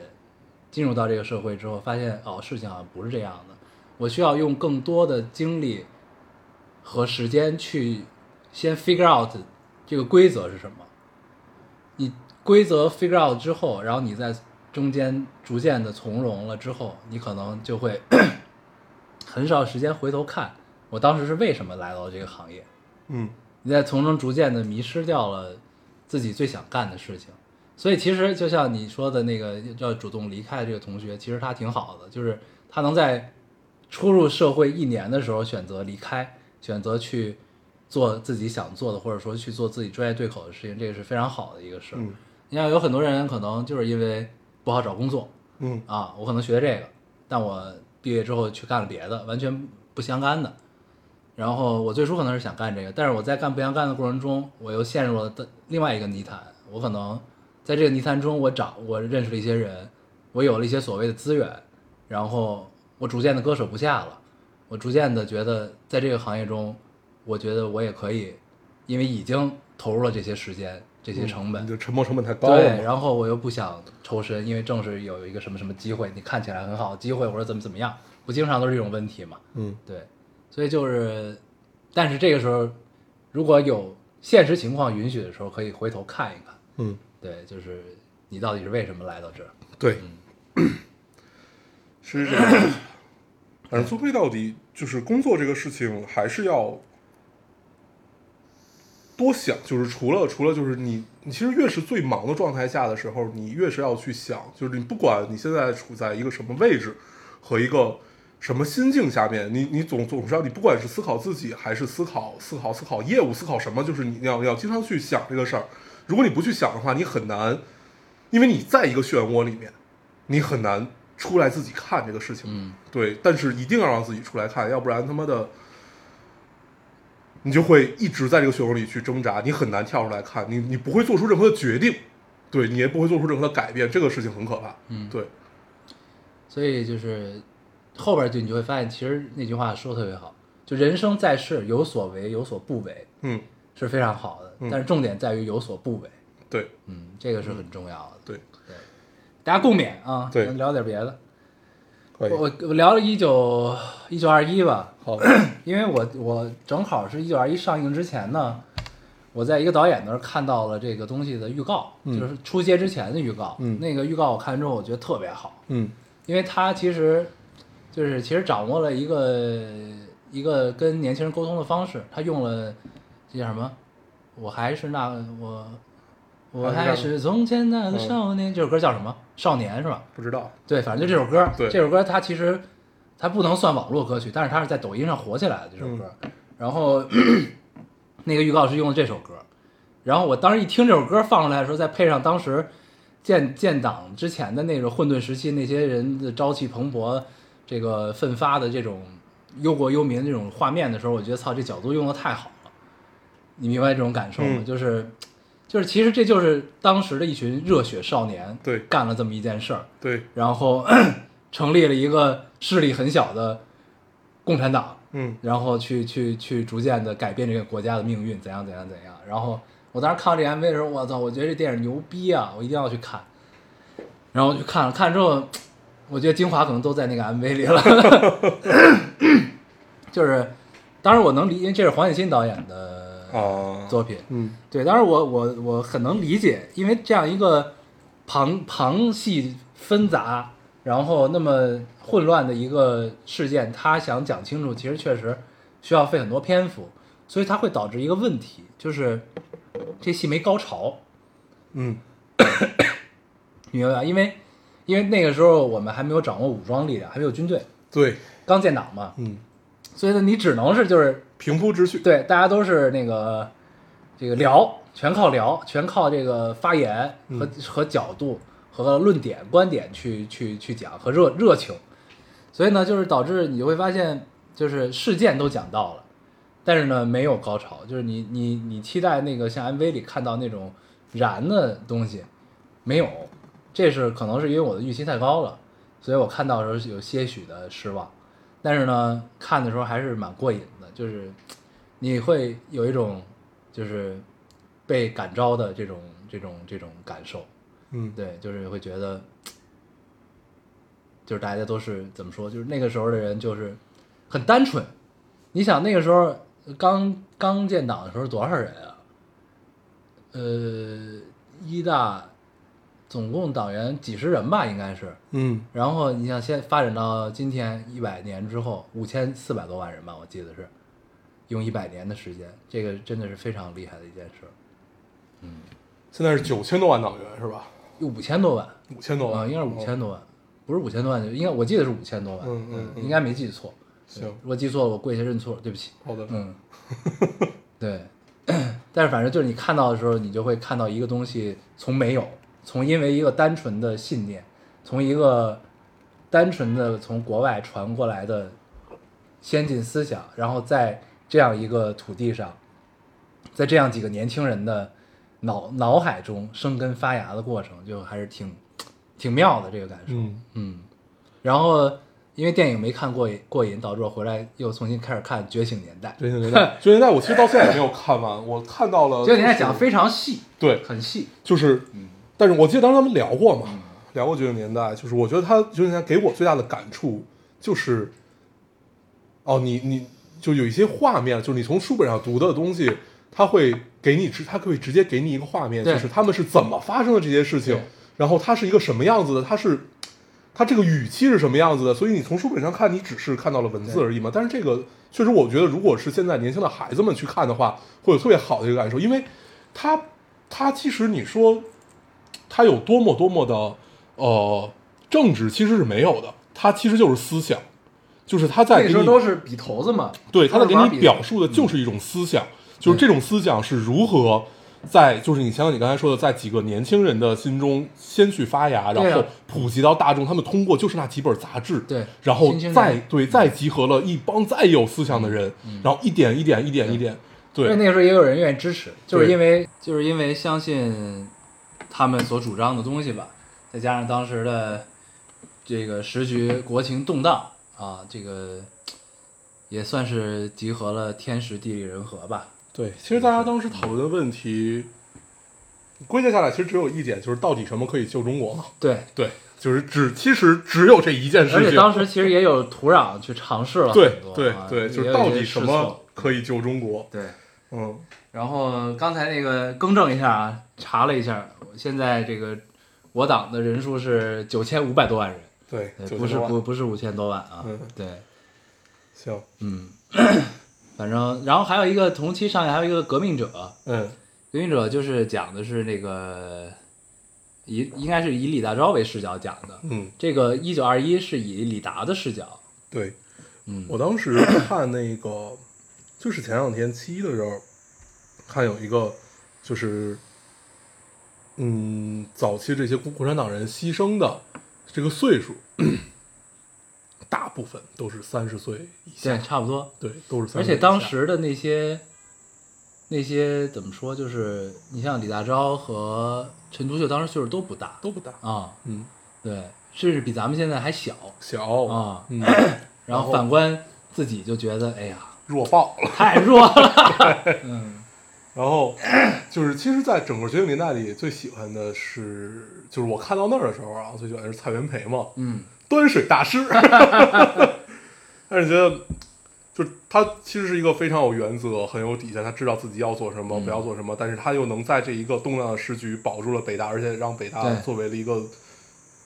Speaker 2: 进入到这个社会之后，发现哦，事情好像不是这样的，我需要用更多的精力和时间去先 figure out 这个规则是什么。你规则 figure out 之后，然后你在中间逐渐的从容了之后，你可能就会 (coughs) 很少时间回头看我当时是为什么来到这个行业。
Speaker 3: 嗯，
Speaker 2: 你在从中逐渐的迷失掉了自己最想干的事情。所以其实就像你说的那个要主动离开的这个同学，其实他挺好的，就是他能在初入社会一年的时候选择离开，选择去做自己想做的，或者说去做自己专业对口的事情，这个是非常好的一个事儿。
Speaker 3: 嗯
Speaker 2: 你像有很多人可能就是因为不好找工作，
Speaker 3: 嗯
Speaker 2: 啊，我可能学的这个，但我毕业之后去干了别的，完全不相干的。然后我最初可能是想干这个，但是我在干不相干的过程中，我又陷入了的另外一个泥潭。我可能在这个泥潭中，我找我认识了一些人，我有了一些所谓的资源，然后我逐渐的割舍不下了。我逐渐的觉得，在这个行业中，我觉得我也可以，因为已经投入了这些时间、这
Speaker 3: 嗯
Speaker 2: 些成本，
Speaker 3: 你的沉没成本太高了
Speaker 2: 对，
Speaker 3: 嘛。
Speaker 2: 然后我又不想抽身，因为正是有一个什么什么机会，你看起来很好的机会，或者怎么怎么样，不经常都是这种问题嘛？
Speaker 3: 嗯，
Speaker 2: 对，所以就是，但是这个时候，如果有现实情况允许的时候，可以回头看一看，
Speaker 3: 嗯，
Speaker 2: 对，就是你到底是为什么来到这儿？
Speaker 3: 对， (coughs) 是这样。反正终归到底，就是工作这个事情，还是要多想。就是除了除了，就是你你其实越是最忙的状态下的时候，你越是要去想，就是你不管你现在处在一个什么位置和一个什么心境下面，你你总总是要你不管是思考自己，还是思考思考思考业务，思考什么，就是你要要经常去想这个事儿。如果你不去想的话，你很难，因为你在一个漩涡里面，你很难出来自己看这个事情。
Speaker 2: 嗯，
Speaker 3: 对，但是一定要让自己出来看，要不然他妈的，你就会一直在这个漩涡里去挣扎，你很难跳出来看，你你不会做出任何的决定，对你也不会做出任何的改变，这个事情很可怕。
Speaker 2: 嗯
Speaker 3: 对，
Speaker 2: 所以就是后边就你就会发现，其实那句话说得特别好，就人生在世，有所为有所不为
Speaker 3: 嗯，
Speaker 2: 是非常好的，
Speaker 3: 嗯
Speaker 2: 但是重点在于有所不为，
Speaker 3: 对
Speaker 2: 嗯，这个是很重要的。
Speaker 3: 对，
Speaker 2: 大家共勉啊，
Speaker 3: 对
Speaker 2: 咱聊点别的。
Speaker 3: 可以
Speaker 2: 我，我我聊了一九一九二一吧，
Speaker 3: 好，
Speaker 2: 因为我我正好是一九二一上映之前呢，我在一个导演那儿看到了这个东西的预告，
Speaker 3: 嗯
Speaker 2: 就是出街之前的预告。
Speaker 3: 嗯
Speaker 2: 那个预告我看完之后，我觉得特别好，
Speaker 3: (coughs) 嗯
Speaker 2: 因为它其实就是其实掌握了一个一个跟年轻人沟通的方式，他用了这叫什么？我还是那我我还
Speaker 3: 还是那
Speaker 2: 是从前那个少年，这首歌叫什么？少年是吧？
Speaker 3: 不知道，
Speaker 2: 对，反正就这首歌，
Speaker 3: 嗯对
Speaker 2: 这首歌它其实它不能算网络歌曲，但是它是在抖音上火起来的这首
Speaker 3: 嗯
Speaker 2: 歌。然后 (clears throat) 那个预告是用的这首歌，然后我当时一听这首歌放出来的时候，再配上当时建建党之前的那种混沌时期那些人的朝气蓬勃、这个奋发的这种忧国忧民的这种画面的时候，我觉得操，这角度用的太好了。你明白这种感受吗？
Speaker 3: 嗯
Speaker 2: 就是，就是，其实这就是当时的一群热血少年，
Speaker 3: 对
Speaker 2: 干了这么一件事儿，
Speaker 3: 对，
Speaker 2: 然后 (clears throat) 成立了一个势力很小的共产党，
Speaker 3: 嗯
Speaker 2: 然后去去去逐渐的改变这个国家的命运，怎样怎样怎样。然后我当时看到这 MV 的时候，我操，我觉得这电影牛逼啊，我一定要去看。然后我就看了，看了之后，我觉得精华可能都在那个 MV 里了，就是，当然我能理，因为这是黄建新导演的
Speaker 3: 啊，
Speaker 2: 作品，
Speaker 3: 嗯
Speaker 2: 对，当然我我我很能理解，因为这样一个庞庞细纷杂，然后那么混乱的一个事件，他想讲清楚，其实确实需要费很多篇幅，所以它会导致一个问题，就是这戏没高潮，
Speaker 3: 嗯
Speaker 2: 你明白吧？因为因为那个时候我们还没有掌握武装力量，还没有军队，
Speaker 3: 对，
Speaker 2: 刚建党嘛，
Speaker 3: 嗯，
Speaker 2: 所以呢，你只能是就是
Speaker 3: 平铺直叙，
Speaker 2: 对，大家都是那个这个聊，全靠聊，全靠这个发言和、和角度和论点、观点去去去讲和热热情，所以呢，就是导致你会发现，就是事件都讲到了，但是呢，没有高潮，就是你你你期待那个像 MV 里看到那种燃的东西，没有，这是可能是因为我的预期太高了，所以我看到的时候有些许的失望，但是呢，看的时候还是蛮过瘾的，就是你会有一种就是被感召的这种这种这种感受，
Speaker 3: 嗯
Speaker 2: 对，就是会觉得，就是大家都是怎么说，就是那个时候的人就是很单纯。你想那个时候刚刚建党的时候多少人啊？呃，一大总共党员几十人吧，应该是。
Speaker 3: 嗯
Speaker 2: 然后你想先发展到今天一百年之后，五千四百多万人吧，我记得是，用一百年的时间，这个真的是非常厉害的一件事儿，
Speaker 3: 现在是九千多万党员是吧？
Speaker 2: 有五千多万啊、
Speaker 3: 五千多万，
Speaker 2: 应该是五
Speaker 3: 哦，
Speaker 2: 千多万，不是五千多万，应该我记得是五千多万，
Speaker 3: 嗯嗯嗯
Speaker 2: 应该没记错，
Speaker 3: 行
Speaker 2: 如，果记错了我跪下认错，对不起，
Speaker 3: 好的，
Speaker 2: 嗯，对， (clears throat) 但是反正就是你看到的时候，你就会看到一个东西从没有，从因为一个单纯的信念，从一个单纯的从国外传过来的先进思想，然后在这样一个土地上，在这样几个年轻人的脑脑海中生根发芽的过程，就还是挺挺妙的这个感受。
Speaker 3: 嗯
Speaker 2: 嗯，然后因为电影没看过瘾过瘾，导致我回来又重新开始看《觉醒年代》。
Speaker 3: 觉醒年代，觉醒年代，我其实到现在也没有看完，我看到了。
Speaker 2: 觉醒年代讲得非常细，
Speaker 3: 对，
Speaker 2: 很细。
Speaker 3: 就是，
Speaker 2: 嗯
Speaker 3: 但是我记得当时咱们聊过嘛，聊过觉醒年代，就是我觉得他觉醒年代给我最大的感触就是，哦，你你就有一些画面，就是你从书本上读的东西，他会给你直，他会直接给你一个画面，
Speaker 2: 对
Speaker 3: 就是他们是怎么发生的这些事情
Speaker 2: 对，
Speaker 3: 然后它是一个什么样子的，它是。它这个语气是什么样子的？所以你从书本上看，你只是看到了文字而已嘛。但是这个确实，我觉得如果是现在年轻的孩子们去看的话，会有特别好的一个感受，因为它它其实你说它有多么多么的呃政治其实是没有的，它其实就是思想，就是它在
Speaker 2: 那
Speaker 3: 给
Speaker 2: 时候
Speaker 3: 你
Speaker 2: 都是笔头子嘛，
Speaker 3: 对，他
Speaker 2: 都
Speaker 3: 在
Speaker 2: 是
Speaker 3: 给
Speaker 2: 玩
Speaker 3: 你
Speaker 2: 笔头
Speaker 3: 表述的就是一种思想，就是这种思想是如何在就是你像你刚才说的，在几个年轻人的心中先去发芽，
Speaker 2: 对
Speaker 3: 然
Speaker 2: 啊
Speaker 3: 后普及到大众。他们通过就是那几本杂志，
Speaker 2: 对
Speaker 3: 然后
Speaker 2: 新青年
Speaker 3: 再对再集合了一帮再有思想的人，
Speaker 2: 嗯
Speaker 3: 然后一点一点一点一点，
Speaker 2: 因为
Speaker 3: 对
Speaker 2: 那个时候也有人愿意支持，就是
Speaker 3: 对
Speaker 2: 因为就是因为相信他们所主张的东西吧，再加上当时的这个时局国情动荡啊，这个也算是集合了天时地利人和吧。
Speaker 3: 对。其实大家当时讨论的问题，归结下来其实只有一点，就是到底什么可以救中国嘛？
Speaker 2: 对，
Speaker 3: 对， (laughs) 就是只其实只有这一件事
Speaker 2: 而
Speaker 3: 情。
Speaker 2: 且当时其实也有土壤去尝试了
Speaker 3: 对
Speaker 2: 很多，
Speaker 3: 对
Speaker 2: 啊
Speaker 3: 对，
Speaker 2: 也
Speaker 3: 就是
Speaker 2: 有
Speaker 3: 到
Speaker 2: 一些
Speaker 3: 底
Speaker 2: 试
Speaker 3: 什么
Speaker 2: 错
Speaker 3: 可以救中国？
Speaker 2: 对。
Speaker 3: 嗯，
Speaker 2: 然后刚才那个更正一下啊，查了一下，现在这个我党的人数是九千五百多万人，
Speaker 3: 对
Speaker 2: 对，
Speaker 3: 九
Speaker 2: 不
Speaker 3: 千
Speaker 2: 是
Speaker 3: 多万
Speaker 2: 不不是五千多万啊，
Speaker 3: 嗯
Speaker 2: 对，
Speaker 3: 行，
Speaker 2: 嗯， (coughs) 反正然后还有一个同期上映还有一个革命者，
Speaker 3: 嗯
Speaker 2: 革命者就是讲的是那个以应该是以李大钊为视角讲的，
Speaker 3: 嗯，
Speaker 2: 这个一九二一是以李达的视角，
Speaker 3: 对，
Speaker 2: 嗯
Speaker 3: 我当时看那个，就是前两天七一的时候，看有一个就是，嗯，早期这些共共产党人牺牲的这个岁数，大部分都是三十岁以下，
Speaker 2: 对，差不多，
Speaker 3: 对，都是30岁
Speaker 2: 而
Speaker 3: 以下。
Speaker 2: 且当时的那些那些怎么说，就是你像李大钊和陈独秀，当时岁数都不大
Speaker 3: 都不大，
Speaker 2: 啊，
Speaker 3: 嗯，
Speaker 2: 对，甚至比咱们现在还小。
Speaker 3: 小
Speaker 2: 啊
Speaker 3: 嗯，
Speaker 2: 然后
Speaker 3: 后
Speaker 2: 反观自己就觉得，哎呀，
Speaker 3: 弱爆了。
Speaker 2: 太弱了。 (laughs) 嗯，
Speaker 3: 然后就是，其实，在整个觉醒年代里，最喜欢的是，就是我看到那儿的时候啊，最喜欢的是蔡元培嘛，
Speaker 2: 嗯，
Speaker 3: 端水大师。 (laughs) 但是觉得，就是他其实是一个非常有原则、很有底线，他知道自己要做什么，
Speaker 2: 嗯
Speaker 3: 不要做什么，但是他又能在这一个动荡的时局保住了北大，而且让北大
Speaker 2: 对
Speaker 3: 作为了一个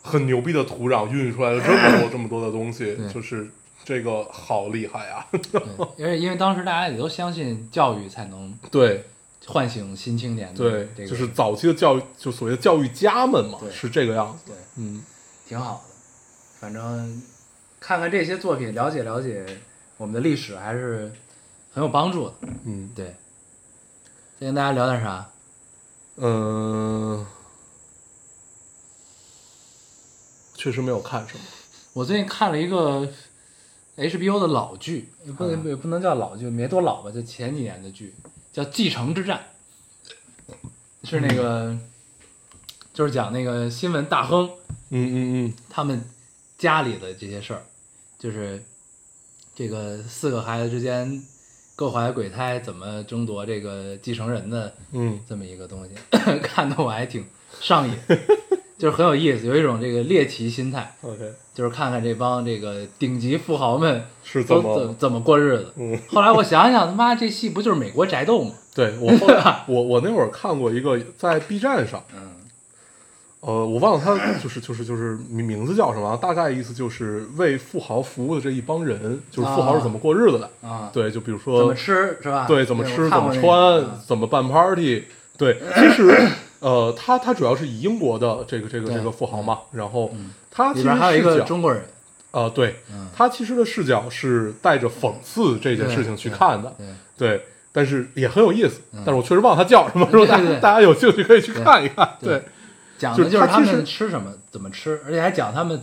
Speaker 3: 很牛逼的土壤，孕育出来了这么 (laughs) 多这么多的东西
Speaker 2: 对，
Speaker 3: 就是这个好厉害啊！
Speaker 2: 对，因为因为当时大家也都相信教育才能
Speaker 3: 对，
Speaker 2: 唤醒新青年的
Speaker 3: 对，
Speaker 2: 嗯这个
Speaker 3: 就是早期的教育，就所谓的教育家们嘛
Speaker 2: 对，
Speaker 3: 是这个样子。
Speaker 2: 对，
Speaker 3: 嗯，
Speaker 2: 挺好的。反正看看这些作品，了解了解我们的历史，还是很有帮助的。
Speaker 3: 嗯，
Speaker 2: 对，再跟大家聊点啥？
Speaker 3: 呃，确实没有看什么。
Speaker 2: 我最近看了一个 HBO 的老剧，也不能、
Speaker 3: 啊
Speaker 2: 也不能叫老剧，没多老吧，就前几年的剧，叫《继承之战》，是那个、就是讲那个新闻大亨
Speaker 3: 嗯嗯
Speaker 2: 他们家里的这些事儿，就是这个四个孩子之间各怀鬼胎，怎么争夺这个继承人的
Speaker 3: 嗯
Speaker 2: 这么一个东西， (coughs) 看得我还挺上瘾， (laughs) 就是很有意思，有一种这个猎奇心态。
Speaker 3: 嗯，OK，
Speaker 2: 就是看看这帮这个顶级富豪们
Speaker 3: 是怎
Speaker 2: 都怎
Speaker 3: 么？
Speaker 2: 怎么过日子。
Speaker 3: 嗯，
Speaker 2: 后来我想想，他妈这戏不就是美国宅斗吗？
Speaker 3: 对
Speaker 2: (laughs)
Speaker 3: 我后来我我那会儿看过一个在 B 站上，
Speaker 2: 嗯，
Speaker 3: 呃，我忘了他就是就是就是名名字叫什么啊，大概意思就是为富豪服务的这一帮人，就是富豪是怎么过日子的。
Speaker 2: 啊，
Speaker 3: 对，就比如说
Speaker 2: 怎么吃是吧？
Speaker 3: 对，怎么
Speaker 2: 我
Speaker 3: 吃、怎
Speaker 2: 看过
Speaker 3: 么
Speaker 2: 那个
Speaker 3: 穿、
Speaker 2: 啊
Speaker 3: 怎么办 party。对，其实呃，他他主要是以英国的这个这个
Speaker 2: 对嗯
Speaker 3: 这个富豪嘛，然后他其
Speaker 2: 里
Speaker 3: 实
Speaker 2: 边还有一
Speaker 3: 视
Speaker 2: 个啊
Speaker 3: 角
Speaker 2: 中国人，
Speaker 3: 啊，对
Speaker 2: 嗯，
Speaker 3: 他其实的视角是带着讽刺这件事情去
Speaker 2: 对
Speaker 3: 看的，
Speaker 2: 对，
Speaker 3: 对，但是也很有意思
Speaker 2: 嗯。
Speaker 3: 但是我确实忘了他叫什么，如果大
Speaker 2: 对对
Speaker 3: 家
Speaker 2: 对
Speaker 3: 大家有兴趣可以去
Speaker 2: 对
Speaker 3: 看一看。
Speaker 2: 对
Speaker 3: 对，
Speaker 2: 讲的
Speaker 3: 就是
Speaker 2: 就是
Speaker 3: 他
Speaker 2: 他
Speaker 3: 其
Speaker 2: 们
Speaker 3: 实
Speaker 2: 吃什么，怎么吃，而且还讲他们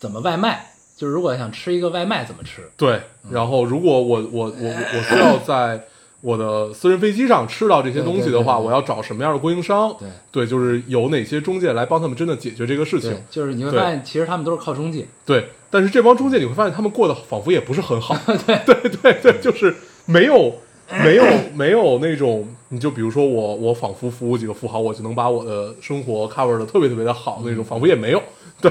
Speaker 2: 怎么外卖，就是如果想吃一个外卖怎么吃。
Speaker 3: 对，
Speaker 2: 嗯
Speaker 3: 然后如果我我我我我需要在我的私人飞机上吃到这些
Speaker 2: 对对
Speaker 3: 东西的话，
Speaker 2: 对对
Speaker 3: 我要找什么样的供应商？
Speaker 2: 对
Speaker 3: 对，就是有哪些中介来帮他们真的解决这个事情
Speaker 2: 对？，就是你会发现，其实他们都是靠中介。
Speaker 3: 对，但是这帮中介你会发现他们过得仿佛也不是很好。 (laughs) 对对对对，就是没有没有没有那种，你就比如说我我仿佛服务几个富豪，我就能把我的生活 cover 的特别特别的好那种，仿佛也没有。对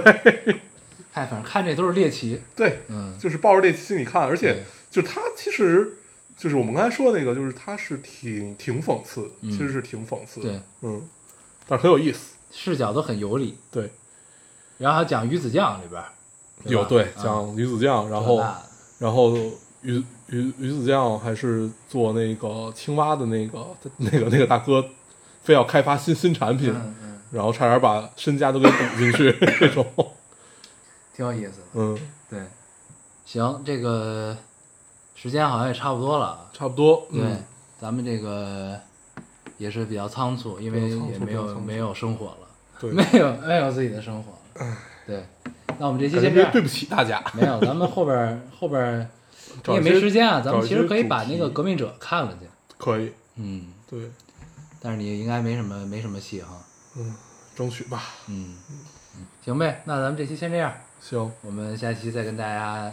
Speaker 2: 哎，反正看这都是猎奇。
Speaker 3: 对，
Speaker 2: 嗯，
Speaker 3: 就是抱着这心理看，
Speaker 2: 对
Speaker 3: 而且就是他其实就是我们刚才说的那个，就是他是挺挺讽刺，
Speaker 2: 嗯
Speaker 3: 其实是挺讽刺的，
Speaker 2: 对，
Speaker 3: 嗯，但是很有意思。
Speaker 2: 视角都很有理。
Speaker 3: 对，
Speaker 2: 然后还讲鱼子酱里边儿，对
Speaker 3: 有
Speaker 2: 吧
Speaker 3: 对嗯
Speaker 2: 啊
Speaker 3: 讲鱼子酱，然
Speaker 2: 多
Speaker 3: 后
Speaker 2: 大的
Speaker 3: 然后鱼鱼鱼子酱还是做那个青蛙的那个那个那个大哥，非要开发新新产品，
Speaker 2: 嗯嗯，
Speaker 3: 然后差点把身家都给赌
Speaker 2: (laughs)
Speaker 3: 进去这种。
Speaker 2: 挺有意思的。
Speaker 3: 嗯，
Speaker 2: 对，行，这个时间好像也差不多了啊。
Speaker 3: 差不多。
Speaker 2: 对，
Speaker 3: 嗯，
Speaker 2: 咱们这个也是比较仓促，因为
Speaker 3: 比较仓促
Speaker 2: 也没
Speaker 3: 比较
Speaker 2: 有
Speaker 3: 仓促
Speaker 2: 没有生活了，
Speaker 3: 对
Speaker 2: 没有没有自己的生活了。对，那我们这期
Speaker 3: 感觉
Speaker 2: 先这
Speaker 3: 对
Speaker 2: 样
Speaker 3: 对。不起大家。
Speaker 2: 没有，咱们后边儿后边儿你
Speaker 3: 找
Speaker 2: 也
Speaker 3: 一些
Speaker 2: 没时间啊，咱们
Speaker 3: 找一
Speaker 2: 其
Speaker 3: 些
Speaker 2: 实可以把
Speaker 3: 主题
Speaker 2: 那个《革命者》看了去。
Speaker 3: 可以，
Speaker 2: 嗯，
Speaker 3: 对，
Speaker 2: 但是你应该没什么没什么戏哈。
Speaker 3: 嗯，争取吧。
Speaker 2: 嗯，行呗，那咱们这期先这样，
Speaker 3: 行，
Speaker 2: 我们下期再跟大家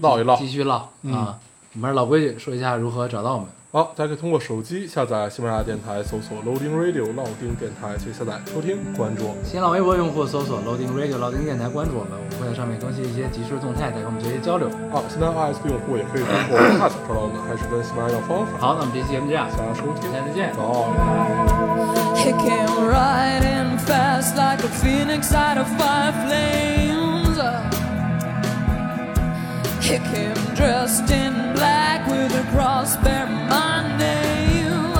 Speaker 3: 唠一唠
Speaker 2: 嗯
Speaker 3: 嗯
Speaker 2: 继。续唠、啊。我们还是老规矩，说一下如何找到我们。
Speaker 3: 好，大家可以通过手机下载喜马拉雅电台，搜索 Loading Radio 老丁电台去下载收听关注我们。
Speaker 2: 新浪微博用户搜索 Loading Radio 老丁电台，关注我们，我们会在上面更新一些即时动态，带给我们做一些交流。
Speaker 3: 啊，现在 iOS 用户也可以通过 Touch 找到我们，还是跟喜马拉雅的方法。
Speaker 2: 好，那我们这期节目这样，
Speaker 3: 大家收听
Speaker 2: 下，次见。
Speaker 3: 早安。
Speaker 4: He came riding fast like a phoenix out of fire flames. He came dressed in black with a cross bearing my name.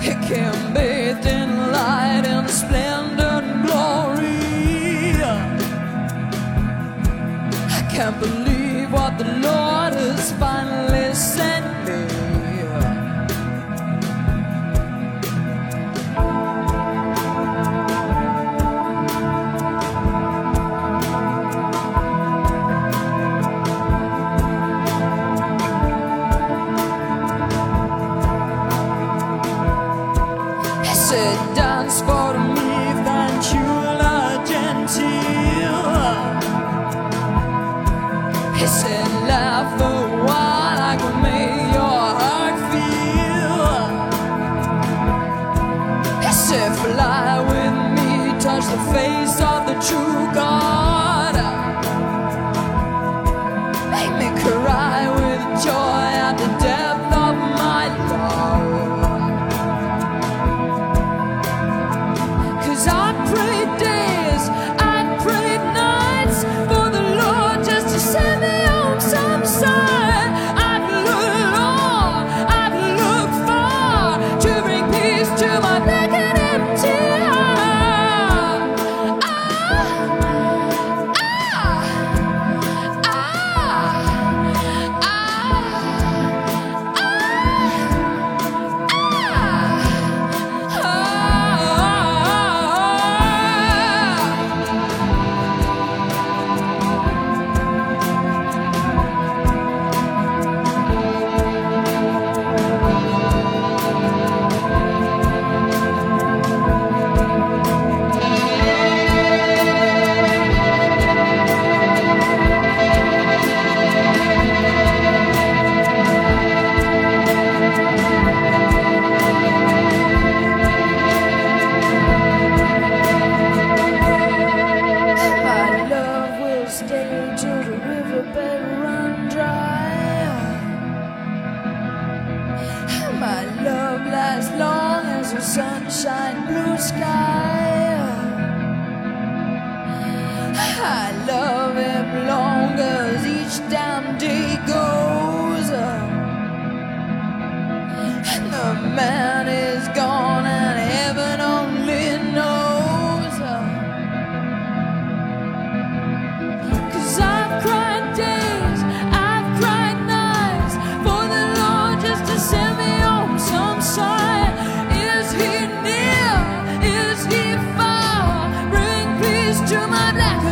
Speaker 4: He came bathed in light and splendor and glory. I can't believe what the Lord has finally sent me. I said, dance for me, Ventula Gentile. He said, laugh a while, I can make your heart feel. He said, fly with me, touch the face of the true God. Make me cry with joy at the depth of my love. Cause I prayed days, I prayed nights for the Lord just to send me on some sign. I've looked long, I've looked far to bring peace to my naked empty heart. Ah, ah, ah, ah, ah, ah. Ah. My love will stay till the riverbed run dry. My love lasts long as the sunshine blue sky. I love him long as each damn day goes. And the man is gone and heaven only knows. Cause I've cried days, I've cried nights for the Lord just to send me home some sign. Is he near? Is he far? Bring peace to my black oh Ah.